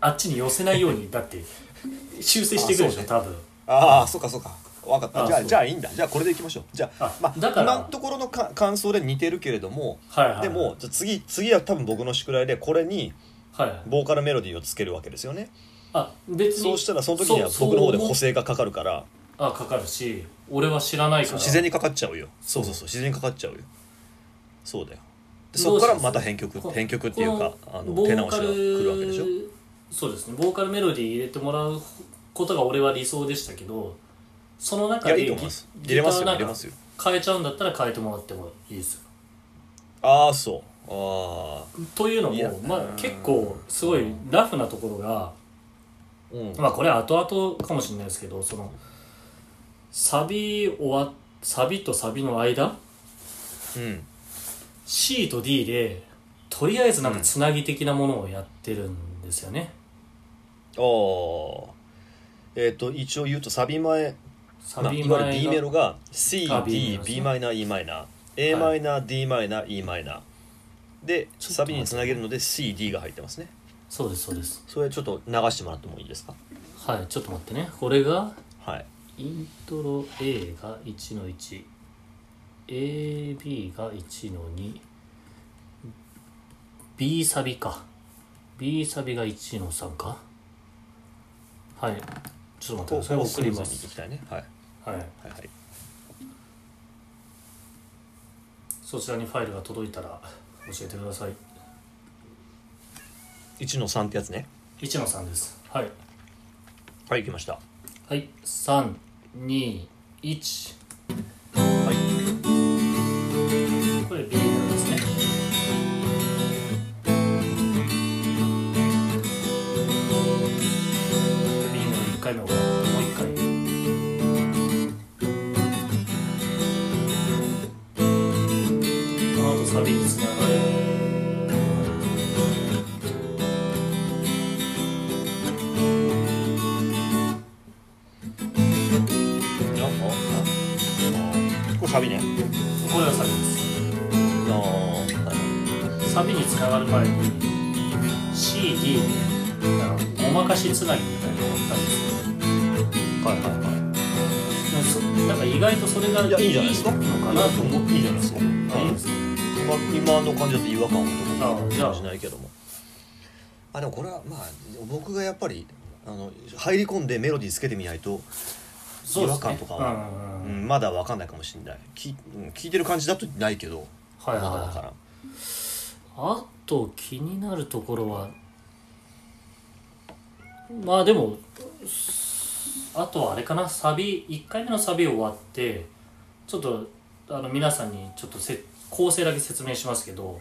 B: あっちに寄せないよ うにだって修正していくでしょ、
A: あそうね
B: 多分
A: ああそうかそうか分かった
B: あ
A: じゃあ
B: そう
A: じゃあいいんだじゃあこれでいきましょうじゃあ
B: あ
A: まあ
B: だから
A: 今のところのか感想で似てるけれども
B: はいはいはい
A: でもじゃあ次次は多分僕の宿題でこれに
B: はいはい
A: ボーカルメロディーをつけるわけですよね
B: あ別に
A: そうしたらその時には僕の方で補正がかかるから
B: あかかるし俺は知らないから
A: 自然にかかっちゃうよそうそうそう自然にかかっちゃうよそうだよでそ
B: ど
A: こ
B: うし
A: か
B: ます
A: らまた編曲
B: こ
A: 編曲っていうか
B: こ
A: あの
B: ボー
A: 手
B: カル
A: 直しが来るわけでしょ
B: そうですねボーカルメロディー入れてもらうことが俺は理想でしたけどその中
A: いや
B: で
A: いいと思います入れますよ
B: ギターなん
A: 入
B: か
A: れますよ
B: 変えちゃうんだったら変えてもらってもいいですよ
A: ああそうああ
B: というの
A: いや
B: も、まあ、結構すごいラフなところが、
A: うん
B: まあ、これ後々かもしれないですけどそのサビ終わサビとサビの間
A: うん
B: C と D でとりあえずなんかつなぎ的なものをやってるんですよね、
A: ああえっ、と一応言うとサビ前
B: サ
A: まあ、
B: ビ
A: い
B: 前
A: わゆる B メロが C
B: あ
A: D
B: B メロです
A: B
B: ね
A: マイナー E マイナー A マイナー D マイナー E マイナーで
B: ちょっと待って
A: サビにつなげるので C D が入ってますね
B: そうですそうです
A: それちょっと流してもらってもいいですか
B: はいちょっと待ってねこれが
A: はい
B: イントロ A が1の 1AB が1の 2B サビか B サビが1の3かはいちょっと待ってください
A: こうス
B: 送
A: ムー
B: り
A: ズ
B: ま
A: にい
B: す
A: きたいねはい
B: はい
A: はいはい
B: そちらにファイルが届いたら教えてください
A: 1の3ってやつね
B: 1の3ですはい
A: はい行きました
B: はい321
A: はい
B: これ B なんですねビーの1回目をもう1回この後サビにつながる
A: ああこれサビね
B: これがサビです
A: あーはい
B: サビにつながる前に CD でなんかごまかしつなぎみたいなのをやったんですよ
A: はいは
B: なんかそなんか意外とそれが
A: いやいいじゃないですか
B: のかなと思って
A: いいじゃないですか
B: あいいですか
A: まあ今の感じだと違和感を特
B: あ
A: に
B: じゃあ
A: 感じないけどもあでもこれはまあ僕がやっぱりあの入り込んでメロディーつけてみないと
B: そう
A: 違
B: で
A: 和
B: すね
A: 感とか
B: うんう
A: は、
B: ん
A: う
B: うん
A: んまだ分かんないかもしれないきうん聞いてる感じだとないけど
B: は
A: ま
B: い
A: だ分
B: は
A: か
B: い
A: らん
B: あと気になるところはまあでもあとはあれかなサビ1回目のサビ終わってちょっとあの皆さんにちょっとせ構成だけ説明しますけど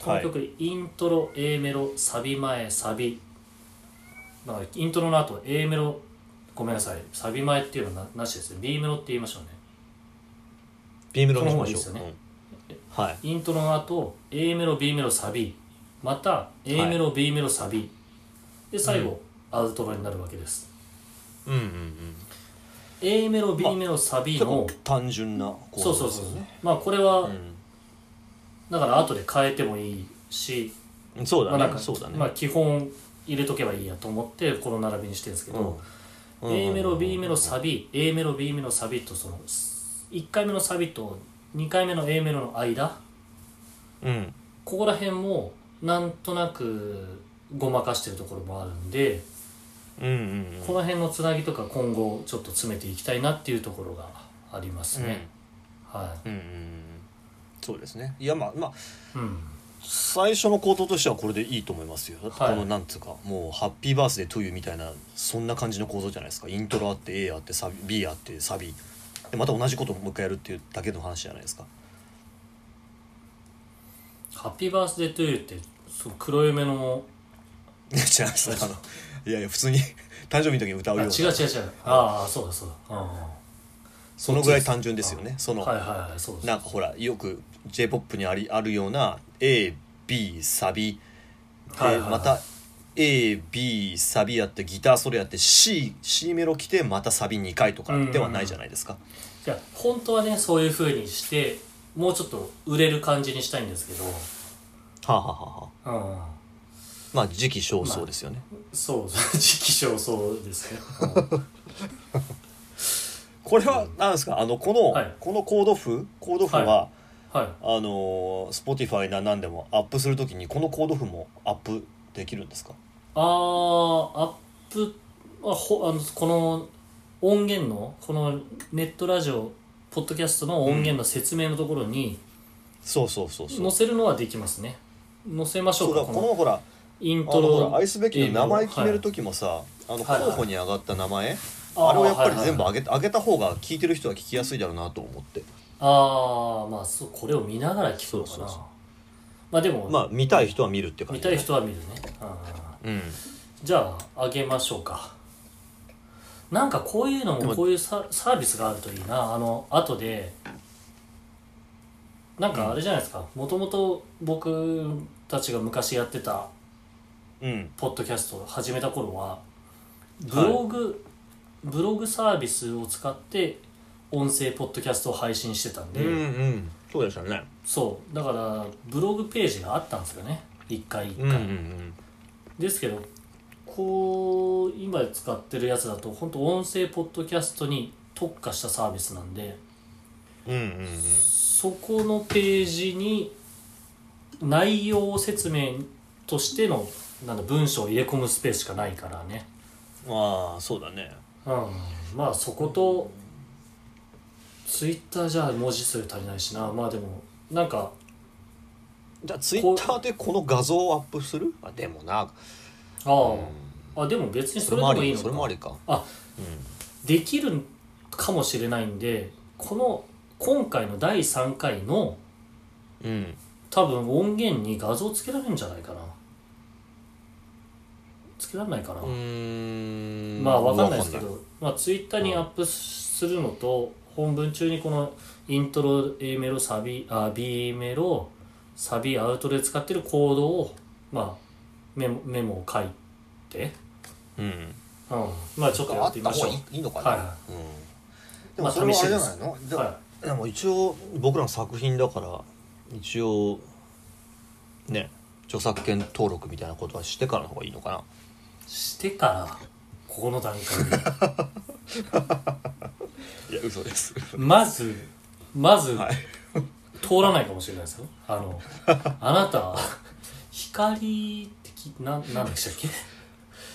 B: この曲、イントロ A メロサビ前サビまあイントロの後 A メロごめんなさいサビ前っていうのはななしですね B メロって言いましょうね
A: B メロにしましょ
B: そうの方がいい
A: うんはい
B: イントロの後 A メロ B メロサビまた A メロ B メロサビ、で最後、アウトロになるわけです
A: うんうんうん、
B: A メロ B メロサビ
A: 結
B: の
A: 構、単純な構
B: そう
A: 造
B: そう
A: です
B: そう
A: よ
B: そう
A: ね
B: まあこれは、
A: う
B: だから後で変えてもいいし、
A: んそう
B: まあ
A: だ
B: なん
A: ね
B: か
A: そうだね
B: まあ、基本入れとけばいいやと思ってこの並びにしてるんですけど、
A: うん
B: A メロ B メロ
A: うん
B: サビ A メロ B メロサビとその1回目のサビと2回目の A メロの間
A: うん
B: ここら辺もなんとなくごまかしてるところもあるんで
A: うんうん
B: この辺のつなぎとか今後ちょっと詰めていきたいなっていうところがありますね、は
A: うんうんうんそうですねいやまあまあ
B: い、うん、
A: 最初の行動としてはこれでいいと思いますよだってこ
B: はい
A: のなんつうか、もう「ハッピーバースデートゥーユー」みたいなそんな感じの構造じゃないですかイントロあって A あってサビ B あってサビでまた同じこともう一回やるっていうだけの話じゃないですか
B: ハッピーバースデートゥーユーってそう黒夢の
A: いや違いますあのいやいや普通に誕生日の時に歌
B: あ
A: う
B: 違う
A: よう
B: 違う
A: な
B: 違うああそうだそうだ、うんうん、
A: そのぐらい単純ですよねその、
B: はいはいはいそうです
A: なんかほらよく j p o p にありあるような AB サビで、
B: はいはいはい
A: また AB サビやってギターソロやって C, C メロ来てまたサビ2回とかではないじゃないですか、
B: いや本当はねそういう風にしてもうちょっと売れる感じにしたいんですけど、
A: はあ、はあはあはあ、
B: うん、
A: まあ時期尚早ですよね、
B: そう 時期尚早ですね、
A: これはなんですかあのこの、
B: はい
A: このコード譜コード譜は、
B: ははい
A: あのー Spotify な何でもアップするときにこのコード譜もアップできるんですか
B: あーアップあほあのこの音源のこのネットラジオポッドキャストの音源の説明のところに
A: そうそうそうそう
B: 載せるのはできますね載せましょ
A: そうう
B: か
A: だ
B: こ
A: こ
B: の
A: のほら
B: イン
A: あ
B: ト
A: のほ
B: ロ
A: ら愛すべきの名前決める
B: と
A: 時もさ、あの
B: はい
A: 候補に上がった名前、
B: あー
A: あれをやっぱ
B: はい
A: り
B: はい
A: 全部上げ,、上げた方が聞いてる人は聞きやすいだろうなと思って
B: ああまあそうこれを見ながら聞くのかな
A: そうそうそう
B: まあでも、
A: まあ見たい人は見るって感
B: 見
A: じ
B: たい人は見るね、うんうんうん、
A: うん
B: じゃああげましょうかなんかこういうの
A: で
B: も
A: も
B: こういうササービスがあるといいなあの後でなんかあれじゃないですかもともと僕たちが昔やってた
A: うん
B: ポッドキャストを始めた頃はブログ、ブログサービスを使って音声ポッドキャストを配信してたんで、
A: うんうんそうでしたね
B: そうだからブログページがあったんですよね一回一
A: うん
B: 回、
A: うんうん
B: ですけどこう今使ってるやつだと本当音声ポッドキャストに特化したサービスなんで
A: うんうんうん
B: そこのページに内容説明としてのなんだ文章を入れ込むスペースしかないからね、
A: ああそうだね
B: うん、まあそことツイッターじゃ文字数足りないしなまあでもなんか
A: じゃあツイッターでこの画像をアップするあでもな
B: ああ,、あでも別にそ
A: そ
B: れで
A: れもあ
B: もいい
A: り
B: のか
A: それもありか
B: あできるかもしれないんでこの今回の第3回の
A: うん、うん、
B: 多分音源に画像つけられるんじゃないかなつけられないかな、
A: うーん
B: まあわかんないですけ
A: わ
B: ど、まあ、ツイッターにアップするのと、本文中にこのイントロ A メロサビあ B メロサビアウトで使ってるコードを、まあ、メモメモを書いて、
A: かんないうん
B: うん、まあちょっとや
A: あ
B: っ
A: って
B: み
A: た
B: まし
A: 方
B: ょう
A: がいいいいのかな、
B: はいは
A: うん、で
B: ま
A: も
B: あ
A: それはあれじゃ
B: 試
A: な
B: し
A: いの、でも
B: は
A: でも一応僕らの作品だから一応ね著作権登録みたいなことはしてからの方がいいのかな
B: してからここの段階で
A: いや嘘です
B: まずまず、
A: はい
B: 通らないかもしれないですよあのあなた光ってきななんでしたっけ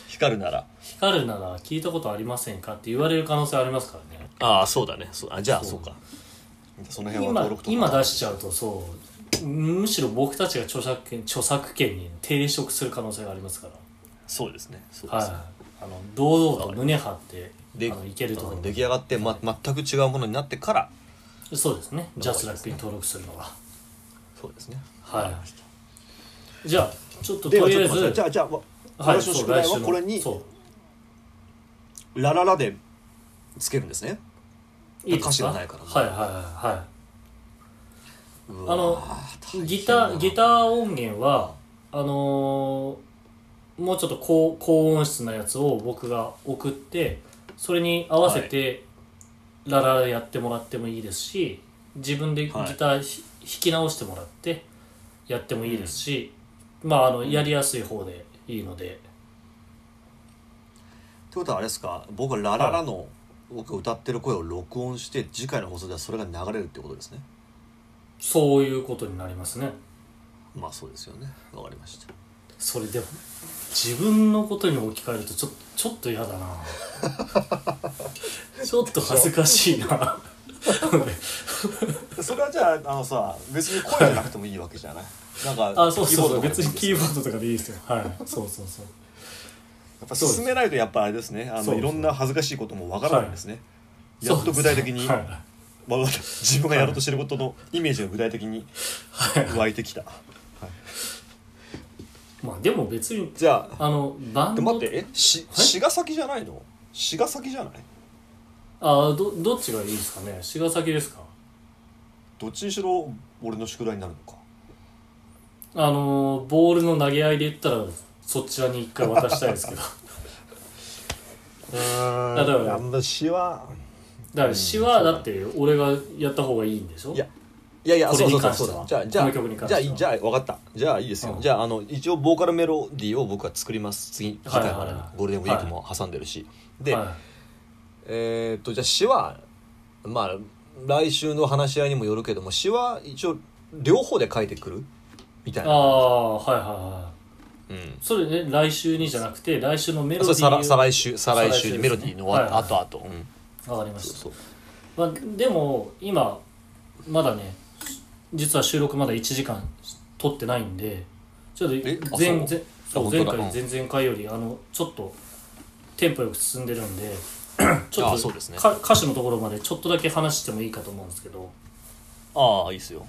A: 光るなら
B: 光るなら聞いたことありませんかって言われる可能性ありますからね
A: ああそうだねそうあじゃあ
B: そう
A: そうかその辺は
B: 今
A: 登録とか
B: 今出しちゃうとそうむしろ僕たちが著作権著作権に抵触する可能性がありますか
A: そうですねそう
B: ら、は
A: で
B: い
A: すね、、
B: あの堂々と胸張って
A: で
B: あのいけるとこ
A: あ
B: ろ
A: の出来上がって、ま、全く違うものになってから
B: そうですねジャスラックに登録するのは
A: そうですね
B: はいじゃあちょっとと
A: では
B: り
A: ち
B: あ
A: ょ
B: え
A: っと待って
B: ず
A: じゃあじゃあわ
B: はい
A: 私の宿題はこれに
B: そう
A: ラララでつけるんですね
B: いいですか
A: 歌詞がないから
B: はいはいはいは
A: う
B: あのいギターギター音源はあのーもうちょっと高高音質なやつを僕が送ってそれに合わせて、ラララやってもらってもいいですし自分でギタ
A: はい
B: ーひ、弾き直してもらってやってもいいですし、まああのやりやすい方でいいので
A: ってことはあれですか僕はラララの僕が歌ってる声を録音して次回の放送ではそれが流れるってことですね
B: そういうことになりますね
A: まあそうですよねわかりました
B: それでも自分のことに置き換えるとちょっとちょっと嫌だ なちょっと恥ずかしいな
A: それはじゃああのさ別に声じゃなくてもいいわけじゃないなんか
B: あそうそうそう
A: キーボードとかでもいい
B: 別にキーボ
A: や
B: ードとかでいいですよはいそうそうそう
A: っぱ
B: そうです
A: 進めないとやっぱあれですね
B: そう
A: あの
B: そう
A: いろんな恥ずかしいこともわからないんですね、やっと具体的
B: そ
A: に、
B: うですは
A: わかった自分がやろうとしてることのイメージが具体的に湧いてきた、
B: いまあでも別に
A: じゃあ
B: あのバン
A: で
B: ド
A: 待ってえし
B: はい
A: 茅ヶ崎じゃないの茅ヶ崎じゃない
B: あどどっちがいいですかね茅ヶ崎ですか
A: どっちにしろ俺の宿題になるのか
B: あのボールの投げ合いで言ったらそちらに一回渡したいですけ ど
A: うん
B: だから
A: 私は
B: だから詩はだって俺がやった方がいいんでしょ
A: いやいやいや
B: これ
A: そう
B: に
A: そうそ
B: 関
A: う
B: しては
A: じゃあじゃ
B: こ
A: あ
B: の曲に関して
A: じゃ
B: は
A: あじゃあ分かったじゃあいいですよ、
B: うん
A: じゃああの一応ボーカルメロディーを僕は作ります次次回
B: はいはい
A: は
B: はい
A: ゴールデンウィークも挟んでるし、で、
B: はい
A: えーっとじゃあ詩はまあ来週の話し合いにもよるけども詩は一応両方で書いてくるみたい
B: あ
A: な、
B: あはいはいはい
A: うん、
B: それね来週にじゃなくて来週のメロ
A: そ
B: ディ
A: れ
B: ー
A: 再
B: を
A: 来再来週再来週に
B: 再来週ですね
A: メロディーのわ、
B: はいはい
A: あとあと、うん、
B: わかりました
A: そうそう
B: まあ、でも今まだね実は収録まだ1時間撮ってないんでちょっ
A: え
B: と
A: あ
B: 前
A: そう
B: 前そう
A: 本
B: 前
A: 当だ
B: 回
A: う
B: 前々回よりあのちょっとテンポよく進んでるんでちょ
A: あ
B: っ
A: そ
B: と
A: うですね
B: か歌詞のところまでちょっとだけ話してもいいかと思うんですけど
A: ああいいっすよ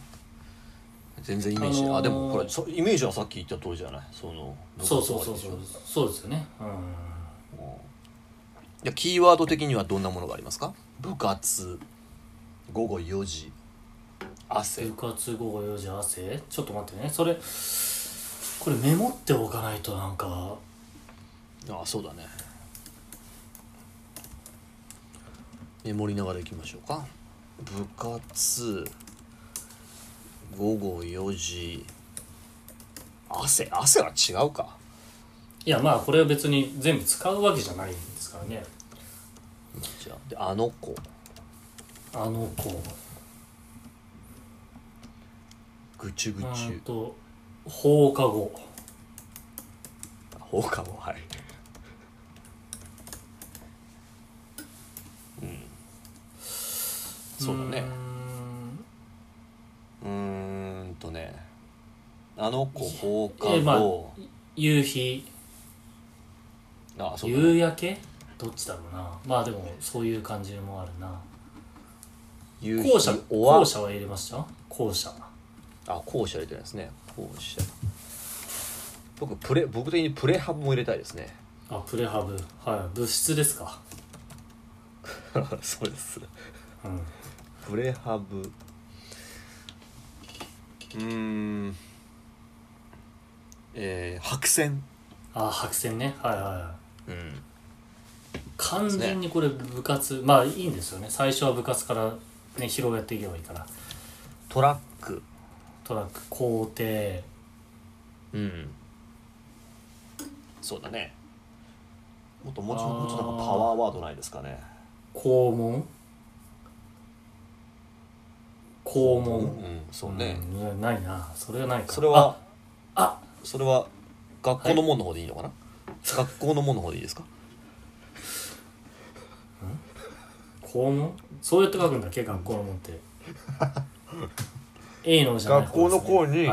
A: 全然イメージ、
B: あのー
A: あでもこれそイメージはさっき言った通りじゃないその
B: そうそうそうそう
A: うんい
B: そうですよねうん
A: やキーワード的にはどんなものがありますか部活午後4時汗
B: 部活午後4時汗ちょっと待ってねそれこれメモっておかないとなんか
A: ああそうだねメモりながらいきましょうか部活午後4時汗汗は違うか
B: いやまあこれは別に全部使うわけじゃないんですからね
A: じゃあであの子
B: あの子
A: ぐちゅぐ
B: う
A: ち
B: ーん
A: ゅ
B: と放課後
A: 放課後はいうんそうだね
B: ーん
A: うーんとねあの子放課
B: えーま
A: 後、
B: あ夕日
A: あそうだね
B: 夕焼けどっちだろうなまあでもそういう感じもあるな
A: 夕日
B: 校舎
A: おわ
B: 校舎は入れました校舎
A: あ校舎入れてないですね校舎僕プレ僕的にプレハブも入れたいですね
B: あプレハブはい物質ですか
A: そうです
B: うん
A: プレハブうーんえー、白線
B: あ白線ねはいはいはい
A: うん
B: 完全にこれ部活、まあいいんですよね最初は部活からね広げていけばいいから
A: トラック
B: トラック校庭
A: うんそうだねもっともうちょ
B: あ
A: っ
B: ー
A: ともうちょっとなんかパワーワードないですかね
B: 校門校
A: うん、
B: 門
A: そうね、
B: うんいやないなそれはないか
A: それは
B: あ
A: それは学校の門の方でいいのかな、学校の門の方でいいですか
B: 校門そうやって書くんだっけ学校の門って A のじゃない方です、ね、
A: 学校の校に
B: はい、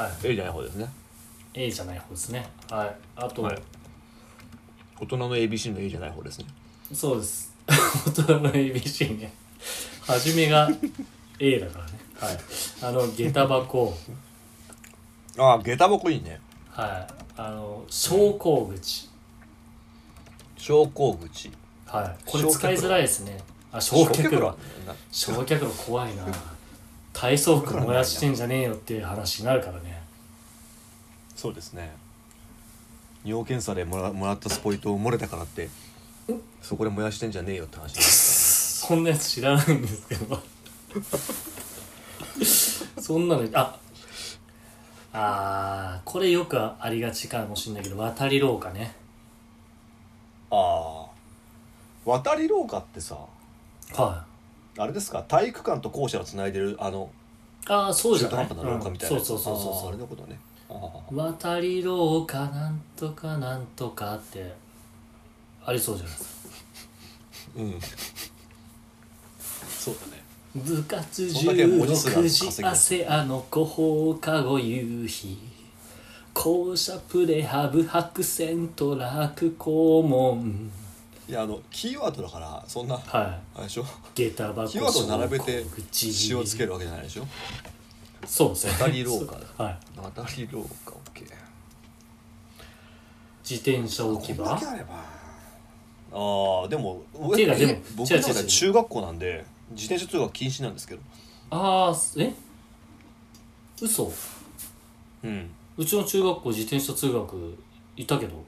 B: はい、
A: A じゃない方ですね
B: A じゃない方ですねはいあと、
A: はい大人の ABC の A じゃない方ですね
B: そうです 大人の ABC ね初めが A だからねはいあの下駄箱
A: ああ下駄箱いいね
B: はいあの昇降口
A: 昇降口
B: はいこれ使いづらいですねあ焼却炉焼却炉怖いな体操服燃やしてんじゃねえよっていう話になるからね
A: そうですね尿検査でもらもらったスポイトを漏れたからってそこで燃やしてんじゃねえよって話です
B: そんなやつ知らないんですけ どそんなのああーこれよくありがちかもしんないけど渡り廊下ね
A: ああ渡り廊下ってさ
B: は
A: あれですか体育館と校舎をつないでるあの
B: いああそうじ
A: 中
B: ゃ
A: 途
B: ない、
A: 半端な廊下みたいな、
B: うんそうそうそうそう
A: あーあれのことねあー
B: 渡り廊下なんとかなんとかってありそうじゃないですか
A: うんそうだね
B: 部活
A: そんだけ文字数が稼ぎ
B: 16
A: ます
B: 時汗あの子放課後夕日校舎プレハブ白線トラック校門
A: いやあのキーワードだからそんな
B: は
A: あれでしょ
B: い下駄箱
A: キーワードを並べて
B: 口
A: 詩をつけるわけじゃないでしょ
B: そうですね
A: 渡り廊下だ
B: はい
A: 渡り廊下 OK
B: 自転車置き
A: こんだ
B: 場
A: けあればああでも
B: ていうかでも
A: え僕
B: 違う違
A: の
B: う違う
A: 中で中学校なんで自転車通学禁止なんですけど
B: ああえ嘘
A: うん
B: うちの中学校自転車通学いたけど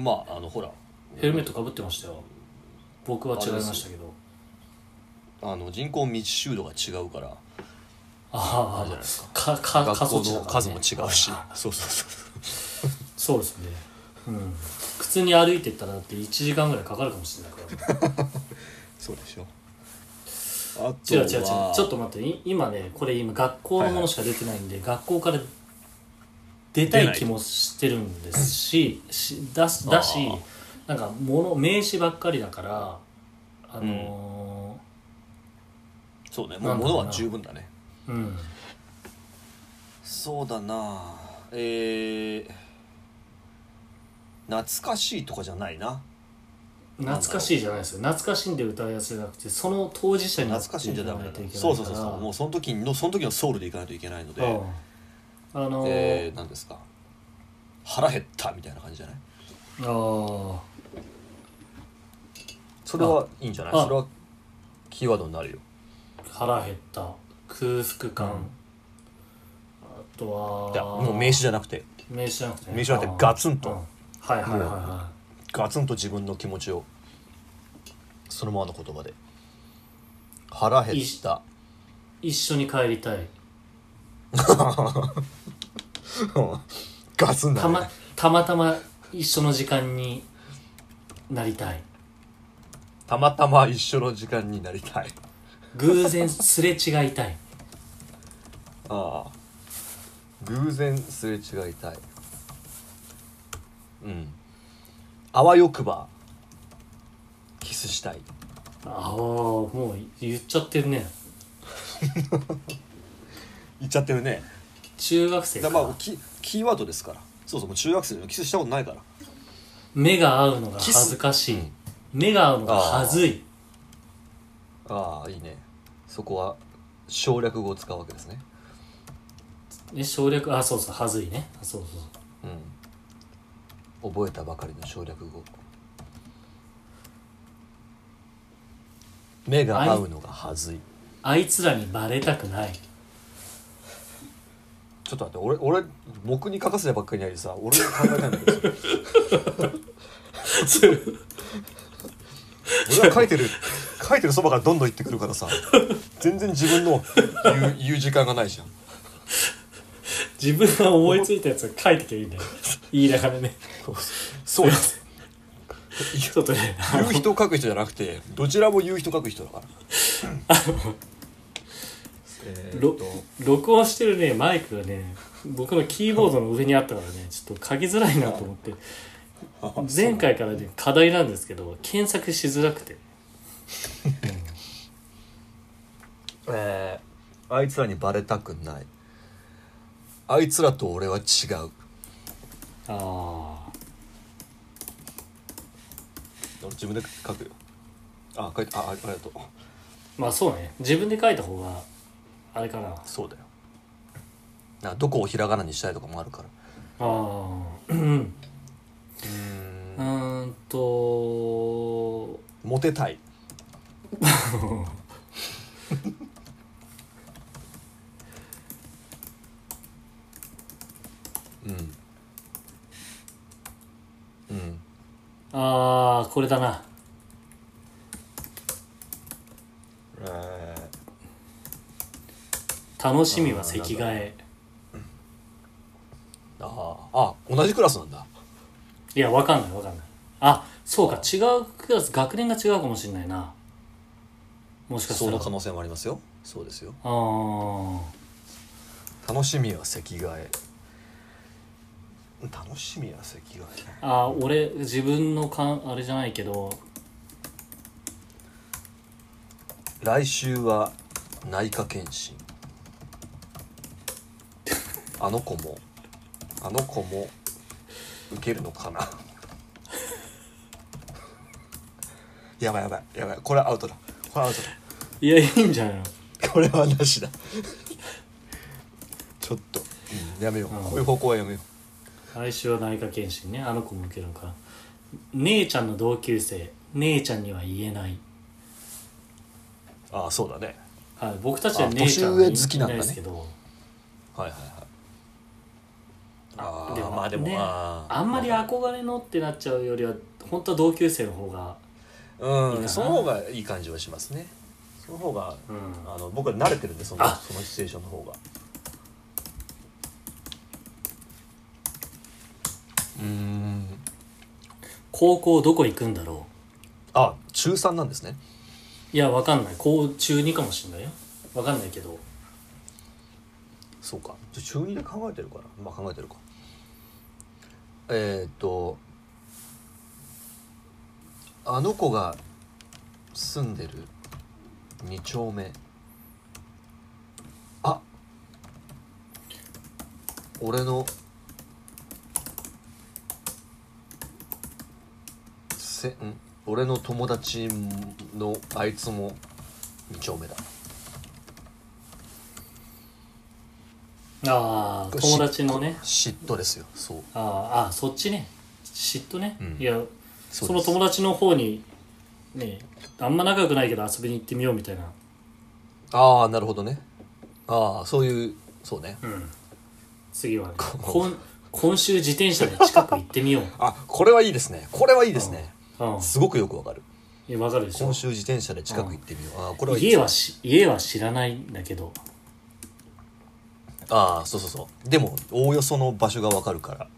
A: まああのほら
B: ヘルメットかぶってましたよ僕は違いましたけど
A: あの人口密集度が違うから
B: あ
A: あれじゃない
B: あ
A: です
B: か
A: か
B: か過
A: 学
B: 疎
A: 校
B: 地だ
A: の
B: から
A: 数
B: ね
A: も違うしそうそうそう
B: そうですねうん普通に歩いてったらだって1時間ぐらいかかるかもしれないからね
A: そうでしょあと
B: 違う
A: は
B: 違う違うちょっと待ってい今ねこれ今学校のものしか出てないんで、学校から出たい気もしてるんですししだすだし
A: あー
B: なんか物名詞ばっかりだからあの
A: そうね
B: な
A: もうん
B: だろうな
A: 物は十分だね
B: ーうん、
A: そうだなえー、懐かしいとかじゃないな
B: 懐かしいじゃないですよ懐かしんで歌うやつじゃなくてその当事者になって
A: 懐かしいんじゃダメだ
B: いかないといけない
A: そうそうそうそう
B: から
A: もうその時のその時のソウルで行かないといけないので、
B: うんあのー
A: えー、何ですか腹減ったみたいな感じじゃない
B: あ
A: それはいいんじゃない
B: あ
A: それはキーワードになるよ
B: ー腹減った空腹感、あとはい
A: やもう名詞じゃなくて
B: 名刺じゃなくて、
A: 名詞じゃなくてガツンと
B: うんはいはいはいは
A: ガツンと自分の気持ちをそのままの言葉で腹減った
B: い一緒に帰りたい
A: ガツンだ、
B: た
A: ね
B: またまたま一緒の時間になりたい
A: たまたま一緒の時間になりたい
B: 偶然すれ違いたい
A: ああ偶然すれ違いたいうんあわよくばキスしたい
B: ああもう言っちゃってるね
A: 言っちゃってるね
B: 中学生
A: だ
B: か、
A: まあキキーワードですからそうそうもう中学生でもキスしたことないから
B: 目が合うのが
A: キス
B: 恥ずかしい
A: うん
B: 目が合うのが恥ずい
A: ああいいねそこは省略語を使うわけですね
B: ね省略あそうそう恥ずいねあそうそう
A: うん覚えたばかりの省略語目が合うのがはずい
B: あいつらにバレたく ない
A: ちょっと待って俺俺僕に書かせたばっかりにないでさ俺が考えたんだけ ど俺が書いてる書いてるそばからどんどん行ってくるからさ全然自分の言う言う時間がないじゃん
B: 自分が思いついたやつを書いてきゃいいんだよ言いながらね
A: そうだ
B: ちょっとねあ
A: 言う人を書く人じゃなくてどちらも言う人を書く人だからえ
B: のろ録音してるねマイクがね僕のキーボードの上にあったからねちょっと書きづらいなと思って前回からね課題なんですけど検索しづらくて
A: えーあいつらにバレたくないあいつらと俺は違う
B: あ
A: 俺自分で書くよあ書いてああありがとう
B: あまあそうね自分で書いた方があれかなあ
A: そうだよだからどこをひらがなにしたいとかもあるから
B: あうんう
A: う
B: んーんと
A: モテたいうんうん
B: ああこれだな
A: え
B: 楽しみは席替え
A: ー、あああ同じクラスなんだ
B: いやわかんないわかんないあそうか違うクラス学年が違うかもしれないなもしかし
A: そ
B: たら
A: の可能性もありますよそうですよ
B: あー
A: 楽しみは席替え楽しみは席替え
B: あー俺自分のかんあれじゃないけど
A: 来週は内科検診あの子もあの子も受けるのかな やばいやばいやばいこれはアウトだこれはアウトだ
B: いやいいんじゃないの
A: これはなしだちょっと、うんやめよう、
B: うん
A: こういう方向はやめよ
B: 来週は内科検診ねあの子も受けるのか姉ちゃんの同級生姉ちゃんには言えないう
A: ああそうだね
B: はい僕たちは姉ちゃんに
A: あ年上好きなんだね
B: 言えいですけど
A: はいはいはいあ
B: で
A: あ
B: も
A: まあでも、
B: ね
A: あー
B: あんまり憧れのってなっちゃうよりは本当は同級生の方がいいか
A: うん
B: な
A: その方がいい感じはしますねその方が
B: うん
A: あの僕は慣れてるんでその
B: あ
A: そのシチュエーションの方がうん
B: 高校どこ行くんだろ
A: あ中3なんですね
B: ういやわかんない高中2かもしんないよわかんないけど
A: そうかじゃあ中2で考えてるからまあ考えてるかえーっとあの子が住んでる2丁目あ俺のせん俺の友達のあいつも2丁目だ
B: ああ友達のね
A: 嫉妬ですよそう
B: あーあーそっちね嫉妬ね、
A: うん
B: いや
A: そ
B: そうの
A: です
B: 友達の方にねあんま仲良くないけど遊びに行ってみようみたいな
A: ああなるほどねああそういうそうね
B: うん次はね
A: こ
B: 今今週自転車で近く行ってみよう
A: あこれはいいですねこれはいいですね
B: うん
A: すごくよくわかる
B: いやわかるでしょ
A: 今週自転車で近く行ってみようああこれはいいで
B: 家
A: す
B: はし家は知らないんだけど
A: ああそうそうそうでもおおよその場所がわかるから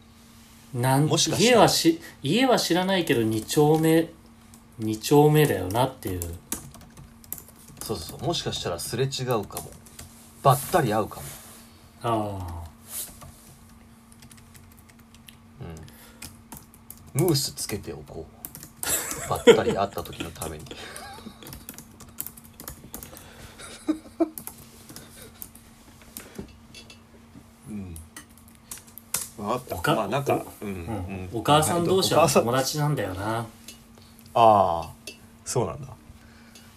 B: なん
A: もしかしたら
B: 家はし家は知らないけど2丁目2丁目だよなっていう
A: そうそうそうもしかしたらすれ違うかもばったり会うかも
B: あ
A: ムースつけておこうばったり会った時のためにうん分かった
B: おか
A: まあなんか、うん
B: あ、うんお母さん同士
A: お
B: は
A: 母さん
B: 友達なんだよな
A: ああそうなんだ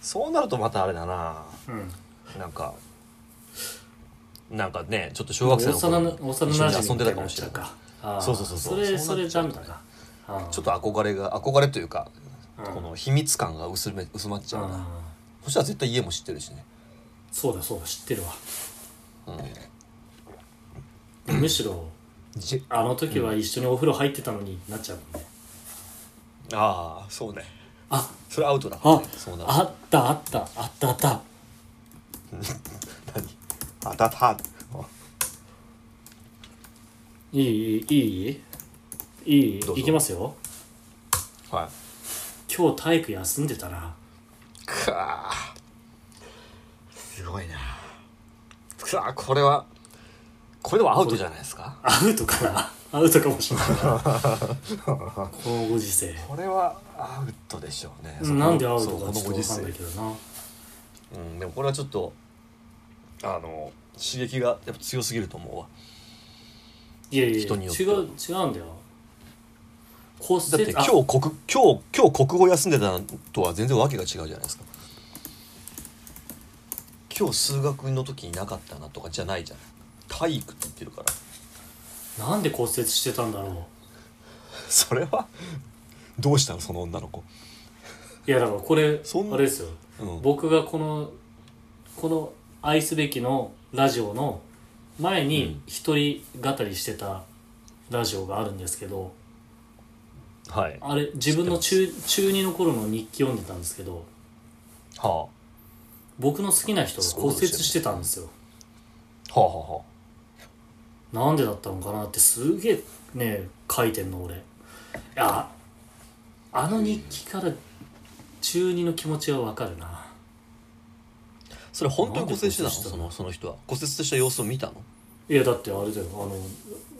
A: そうなるとまたあれだな
B: うん
A: なんかなんかねちょっと小学生の頃
B: 幼な
A: に
B: 幼
A: 一
B: な
A: 緒
B: じ
A: に
B: み
A: 遊んでた
B: みたい
A: か
B: にな
A: も
B: っ
A: し
B: ち
A: れ
B: ゃう
A: ない
B: かあー
A: そうそうそうそう
B: それ
A: そ
B: そう
A: なっ
B: れ
A: ちゃ
B: ダ
A: う
B: メだなあー
A: ちょっと憧れが憧れというか、
B: うん
A: この秘密感が薄め薄まっちゃうな、
B: あ
A: そしたら絶対家も知ってるしね
B: ーそうだそうだ知ってるわ
A: う
B: むしろ
A: んじ
B: あの時は一緒にお風呂入ってたのになっちゃうもんね
A: ああそうね
B: あ
A: それアウトだから、
B: あ
A: ね、そうなる
B: あったあったあったあった
A: 何あたた
B: いいいいいいいい
A: どうぞ
B: いきますよ
A: はい
B: 今日体育休んでたな
A: くわーすごいなくわーこれはこれでもアウトじゃないですか
B: アウトかな アウトかもしれ ないこのご時世
A: これはアウトでしょうね
B: なんでアウ
A: そ
B: ト
A: う
B: か
A: こ
B: ち
A: の
B: ょっと
A: ご
B: 分
A: 時
B: かん
A: 世
B: ないけどな
A: うん、でもこれはちょっとあの刺激がやっぱ強すぎると思うわ
B: いやいや
A: 人によって
B: 違う
A: は
B: 違うんだよ骨
A: だって
B: 折
A: 今
B: あ
A: 日国今日今日国語休んでたのとは全然わけが違うじゃないですか今日数学の時になかったなとかじゃないじゃん体育って言ってるから
B: なんで骨折してたんだろ
A: それはどうしたのその女の子
B: ういやだからこれ
A: そん
B: あれですよ
A: うん
B: 僕がこのこの愛すべきのラジオの前に一人語りしてたラジオがあるんですけど、
A: はいは
B: あれ自分の中中2の頃の日記読んでたんですけど
A: あは
B: 僕の好きな人が骨折してたんですよ
A: あはあは
B: なんでだったのかなってすげえね書いてんの俺いやあの日記から中2の気持ちはわかるな
A: あそれ本当に骨折してたの
B: なんで骨折した
A: そ
B: の
A: のその人は骨折した様子を見たの
B: いやだってあれだよあの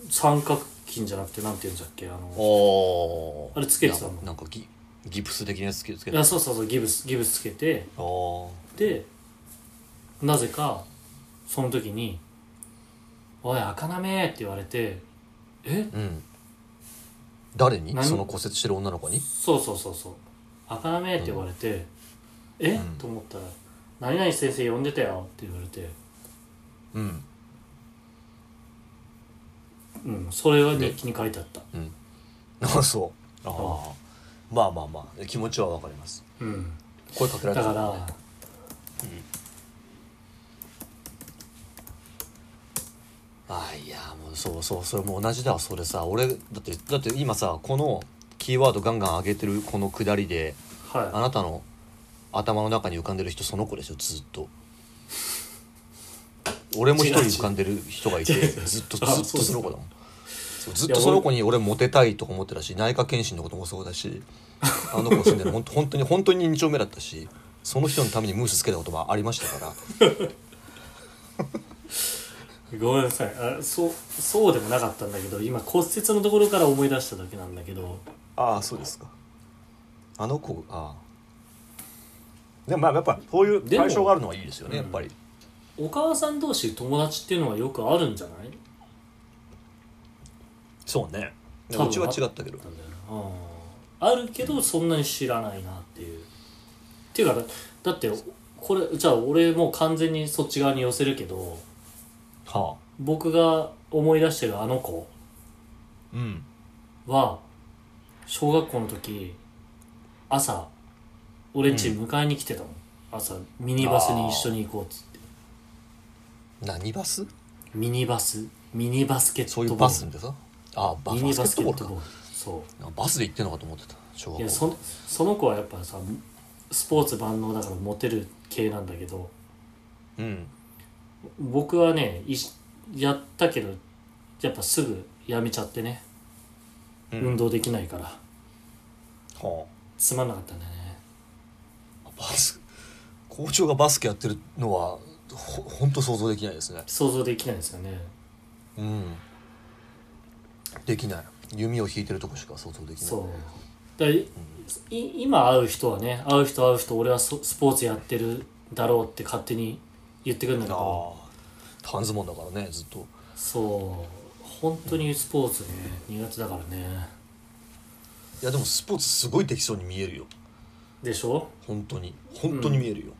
B: 三角筋じゃなくてなんて言うんだっけあの
A: お
B: あれつけてたの
A: ななんかギギプス的なやつつけつけ
B: い
A: て
B: やそうそうそうギブスギブスつけて
A: あー
B: でなぜかその時に「おい赤なめ」って言われて「え
A: うん誰に
B: 何
A: その骨折してる女の子に
B: そうそうそうそう赤なめ」って言われて「え
A: うん
B: と思ったら「何々先生呼んでたよ」って言われて
A: うん
B: うんそれは日記に書いてあった
A: うん あそうああまあまあまあ気持ちはわかります
B: うん
A: 声かけら
B: だ
A: れた
B: か
A: の
B: ら
A: あいやもうそうそうそれもう同じだわそれさ俺だってだって今さこのキーワードガンガン上げてるこのくだりであ
B: は
A: なたの頭の中に浮かんでる人その子でしょずっと俺も一人浮かんでる人がいて
B: 違う違う
A: ずっとずっ
B: あ
A: と
B: そうです
A: その子だもんそうずっとその子に俺モテたいとか思ってたし内科検診のこともそうだしあの子住んでるの 本当本当に本当に2丁目だったしその人のためにムースつけたこともありましたから
B: いごめんなさいあそうそうでもなかったんだけど今骨折のところから思い出しただけなんだけど
A: ああそうですかあの子ああでもまあやっぱそういう
B: でも
A: 対象があるのはいいですよねや
B: うん
A: っぱり、
B: お母さん同士友達っていうのはよくあるんじゃない
A: そうねで
B: 多分
A: うちは違ったけど
B: なんだよなうんあるけどそんなに知らないなっていうっていうかだだってこれじゃあ俺もう完全にそっち側に寄せるけど
A: はあ
B: 僕が思い出してるあの子
A: うん
B: は小学校の時朝俺ん家迎えに来てたもん、朝ミニバスに一緒に行こうっつって
A: 何バス
B: ミニバスミニバスケットボ
A: そ
B: ー
A: うい
B: ル
A: うバスでさあバ
B: ミニバ
A: バ
B: ス
A: ス
B: ケ
A: ケ
B: ッ
A: ッ
B: ト
A: ト
B: ボ
A: ボ
B: ー
A: ー
B: ルそう
A: ルかバスで行ってんのかと思ってた小
B: いや
A: 学校
B: そその子はやっぱさスポーツ万能だからモテる系なんだけど
A: うん
B: 僕はねいしやったけどやっぱすぐやめちゃってね、
A: うん
B: 運動できないから
A: は
B: つまんなかったんだよね
A: あバス校長がバスケやってるのはほほんと想像できないですね
B: 想像できないですよね
A: うんできない弓を引いてるとこしか想像できない
B: そうだいい今会う人はね会う人会う人俺はそスポーツやってるだろうって勝手に言ってくるんだけど
A: ああ半ズボンだからねずっと
B: そう本当にスポーツね苦手だからね
A: いやでもスポーツすごいできそうに見えるよ
B: でしょ
A: 本当に本当に見えるよ、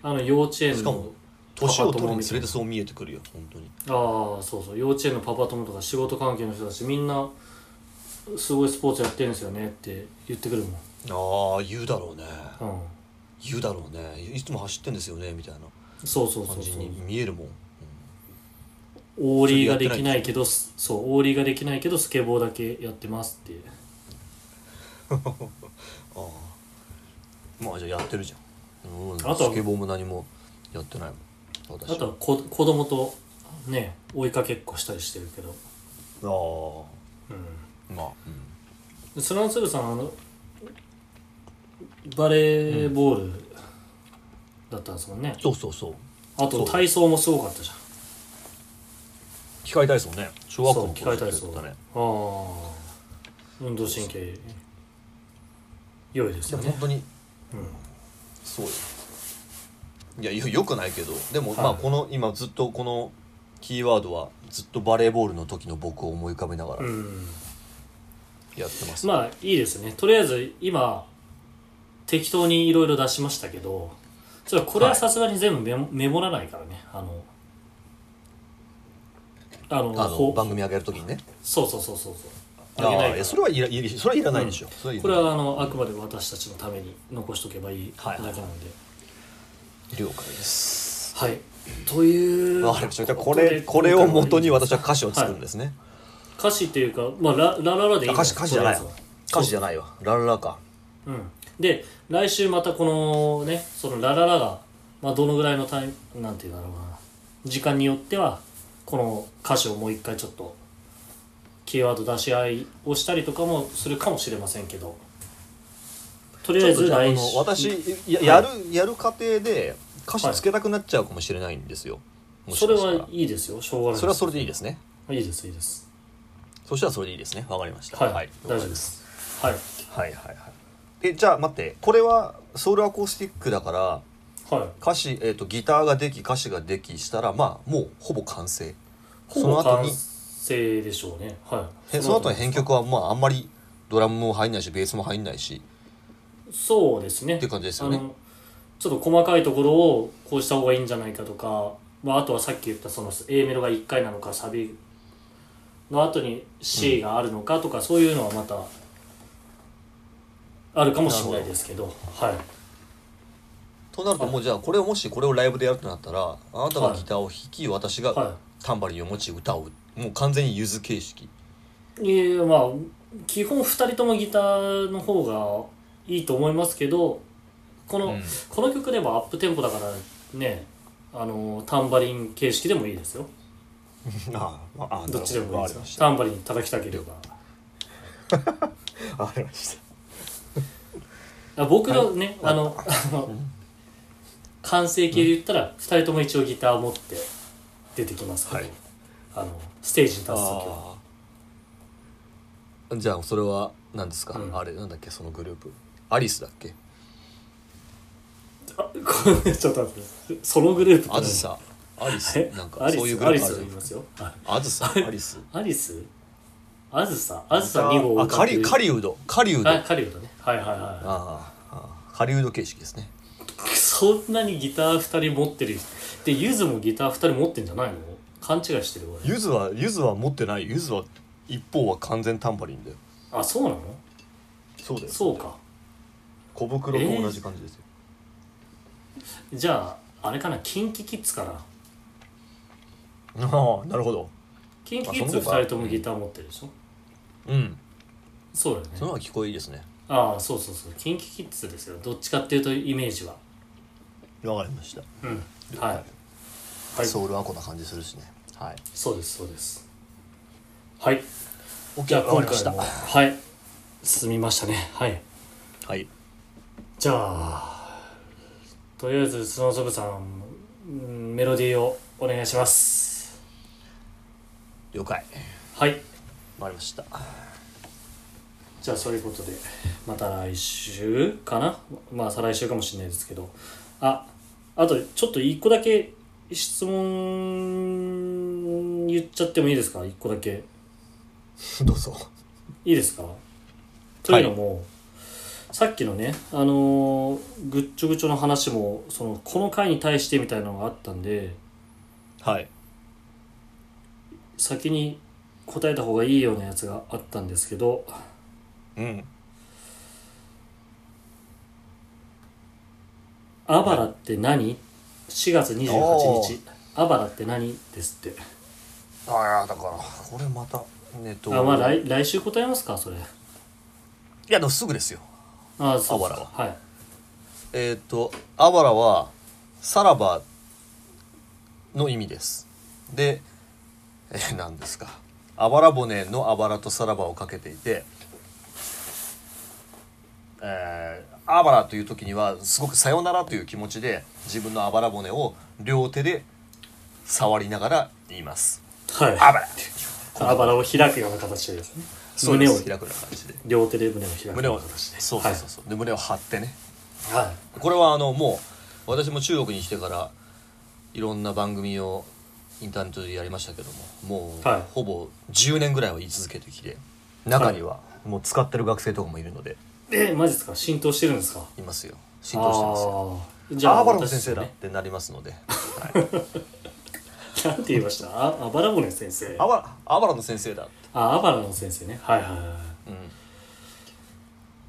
B: あの幼稚園
A: しか
B: の
A: も年を取るにつれてそう見えてくるよ本当に
B: ああそうそう幼稚園のパパ友とか仕事関係の人たちみんなすごいスポーツやってるんですよねって言ってくるも
A: ああ言うだろうね
B: ん、うん、
A: 言うだろうねいつも走ってんですよねみたいな
B: そうそうそ
A: 感
B: う
A: じ
B: そう
A: に見えるもん
B: オーリーができないけどすそうオーリーができないけどスケボーだけやってますって
A: まあじゃあやってるじゃん、うん、
B: あとは
A: スケボーも何もやってないもん私
B: あとはこ子供とね追いかけっこしたりしてるけど
A: あ
B: うん
A: あまあ、
B: でスランスルさんあのバレーボールだったんですもんね、
A: そうそうそう
B: あと体操もすごかったじゃん
A: い機械体操ね小学校
B: そう
A: の頃
B: 機械体操
A: やってたね
B: ああ運動神経良いです
A: で
B: よ
A: も
B: ね
A: 本当に
B: う
A: そうよいやよよくないけどでも、
B: はい
A: まあこの今ずっとこのキーワードはずっとバレーボールの時の僕を思い浮かべながら
B: ん、うん、
A: やってます、
B: まあいいですねとりあえず今適当にいろいろ出しましたけどちょっとこれはさすがに全部メモ,、メモらないからねあのあの
A: あ
B: ほ
A: の番組上げる時にね
B: そうそうそうそうそうあ
A: ああ
B: げない
A: い
B: から
A: やそれはいらいらそれはいらないでしょ、それはい
B: こ
A: ら
B: れ
A: ない
B: はあのあくまで私たちのために残しとけばいいだ
A: はい
B: けなので
A: 了解です
B: はい、という
A: わかりましたこ
B: で
A: れこれを元に
B: 今回は
A: 私は歌詞を作るんですね、
B: 歌詞っていうか、まあ、ララララでいい
A: あ
B: ん
A: 歌
B: だ
A: 詞歌詞じゃない
B: とりあえずは
A: 歌詞じゃないわラララか
B: うん、で来週またこのねそのラララが、まあ、どのぐらいのタイムなんていうんだろうな時間によってはこの歌詞をもう一回ちょっとキーワード出し合いをしたりとかもするかもしれませんけどとりあえず
A: じゃああ
B: 来
A: の
B: 週
A: 私や
B: はい
A: やる、やる過程で歌詞つけたくなっちゃうかもしれないんですよ、もし
B: そ
A: か
B: れ
A: したら
B: はいいですよしょうがない
A: それはそれでいいですね
B: いいですいいです
A: そしたらそれでいいですねわかりました
B: はい、大丈夫ですはい
A: はいはいはいえじゃあ待ってこれはソウルアコースティックだから
B: はい
A: 歌詞、えー、とギターができ歌詞ができしたらまあもうほぼ完成
B: ほ
A: その
B: ぼ
A: 後
B: 完
A: に
B: 成でしょうねはい
A: へその後の編曲はまああんまりドラムも入んないしベースも入んないし
B: そうですね
A: っていう感じですよね
B: あのちょっと細かいところをこうした方がいいんじゃないかとか、まあ、あとはさっき言ったその A メロが1回なのかサビの後に C があるのかとか、そういうのはまたあるかもしれないですけどはい
A: となるともうじゃあこれをもしこれをライブでやるとなったらあなたがギターを弾き私が
B: は
A: タンバリンを持ち歌うもう完全にゆず形式
B: いいえまあ基本2人ともギターの方がいいと思いますけどこの,、
A: うん
B: この曲でもアップテンポだからねあのタンバリン形式でもいいですよ
A: あああ
B: どっちでもいいですよ
A: し
B: タンバリン叩きたければ
A: たわかりました
B: あ僕のね、あのあの 完成形で言ったら、二2人とも一応ギター持って出てきますけど、
A: はい
B: あのステージに立つ時は
A: あーじゃあそれは何ですか、
B: うん
A: あれなんだっけそのグループアリスだっけ
B: あこれちょっと待ってそのグループって
A: あ
B: 何
A: ずさアリス
B: え
A: なん
B: ア
A: か
B: リス
A: そういうグ
B: ア
A: ルー
B: リ
A: プあ
B: スを
A: るじゃ
B: 言い
A: ん
B: ますよあ
A: あずさアリス
B: アリスアズサアズサ2号
A: あカリカリウドカリウド
B: あ
A: あ
B: カリウドねはいはいはい
A: ああカリウド形式ですね
B: そんなにギター2人持ってるでユズもギター2人持ってんじゃないの勘違いしてる俺
A: ゆずはゆずは持ってないゆずは一方は完全タンバリンだよ
B: あそうなの
A: そうだよ
B: そうか
A: 小袋と同じ感じですよ、
B: じゃああれかなキンキキッズかな
A: ああなるほど
B: キンキキッズ
A: あその方が
B: 2人ともギター持ってるでしょ
A: うん
B: そうだよね
A: その方が聞こえいいですね
B: ああそうそうそうキンキキッズですよどっちかっていうとイメージは
A: わかりました、
B: うんはいはい
A: ソウルはこんな感じするしねはい
B: そうですそうですはい
A: OK
B: じゃあ
A: わ
B: 今
A: かりまし
B: 回
A: た
B: もはい進みましたねはい
A: はい
B: じゃあとりあえずスノーソブさんうんメロディーをお願いします
A: 了解
B: はい
A: わかりました
B: じゃあそういうことでまた来週かなまあ再来週かもしれないですけどああとちょっと一個だけ質問言っちゃってもいいですか一個だけ
A: どうぞ
B: いいですかというのも、さっきのねあのーぐっちょぐちょの話もそのこの回に対してみたいなのがあったんで
A: はい
B: 先に答えた方がいいようなやつがあったんですけど
A: うん
B: 「アバラって何 ?4 月28
A: お
B: 日「アバラって何?」ですって
A: ああだからこれまたねと
B: あまあ来来週答えますかそれ
A: いやでもすぐですよ
B: あそうそう
A: アバラは
B: はい
A: えっ、とあばらはさらばの意味ですでえー何ですかあばら骨のあばらとさらばをかけていてえーあばらという時にはすごくさよならという気持ちで自分のあばら骨を両手で触りながら言います
B: はい
A: あばらって
B: あばらを開くような形でですね
A: そうで
B: 胸を
A: す開くような感じで
B: 両手で胸を開くよう
A: 胸
B: な
A: を
B: 形で
A: そうそうそうそう、で胸を張ってね
B: はい、はい
A: これはあのもう私も中国に来てからいろんな番組をインターネットでやりましたけどももう、
B: はい
A: ほぼ10年ぐらいは言い続けてきて中にはもう使ってる学生とかもいるので
B: えマジですか浸透してるんですか
A: いますよ浸透してますよ
B: あーじ
A: じ
B: ゃ
A: ゃ
B: あ
A: あアーバロン
B: 私
A: 先生だっ
B: ね
A: てなりますので、
B: なんて言いましたあアバラボネ先生
A: アバラアバラの先生だって、
B: あアバラの先生ねはいはいはい
A: うん、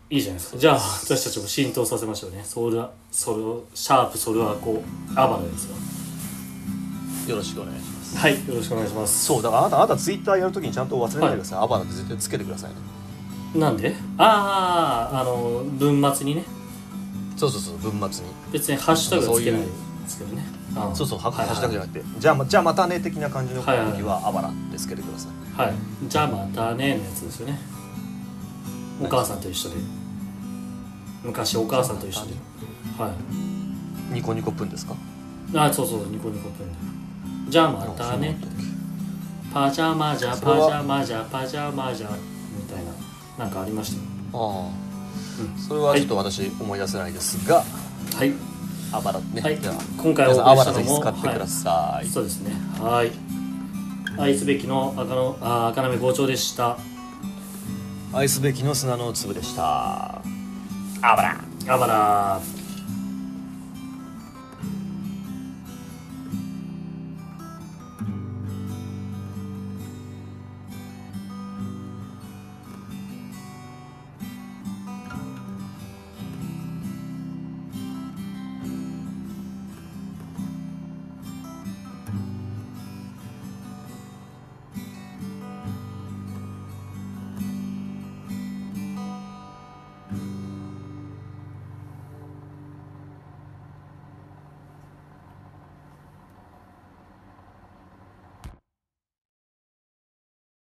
B: いいじゃないですかじゃあ私たちも浸透させましょうねソルアソルシャープソルアコアバラですよ
A: よろしくお願いします
B: はいよろしくお願いします
A: そうだからあなたあなたツイッターやるときにちゃんと忘れないでください、アバラって絶対つけてくださいね
B: なんであああの文末にね
A: そうそうそう文末に
B: 別にハッシュタグはつけない
A: そうい
B: で
A: う
B: すけどねあの
A: そうそうハ
B: はいはい
A: ハッシュタグじゃなくてじゃあまじゃあまたね的な感じの時
B: はいはい
A: はアバラってつけてください
B: はいじゃあまたねのやつですよねお母さんと一緒で昔お母さんと一緒ではい
A: ニコニコプンですか
B: あそうそうニコニコプンじゃあまたねパジャマジャ
A: それ
B: パ
A: は
B: ジャマジャパジャマジャみたいななんかありましたよ
A: ああ
B: う
A: それはちょっと私思い出せないですが、
B: はい
A: アバラね、
B: はい
A: じゃあ
B: 今回
A: 皆
B: お
A: さ
B: 送
A: んア
B: りしたの
A: バラぜひ
B: も
A: 使ってくださ、
B: はいい、そうですねはい愛すべきの赤のあ赤目校長でした
A: 愛すべきの砂の粒でしたアバラ
B: あばらー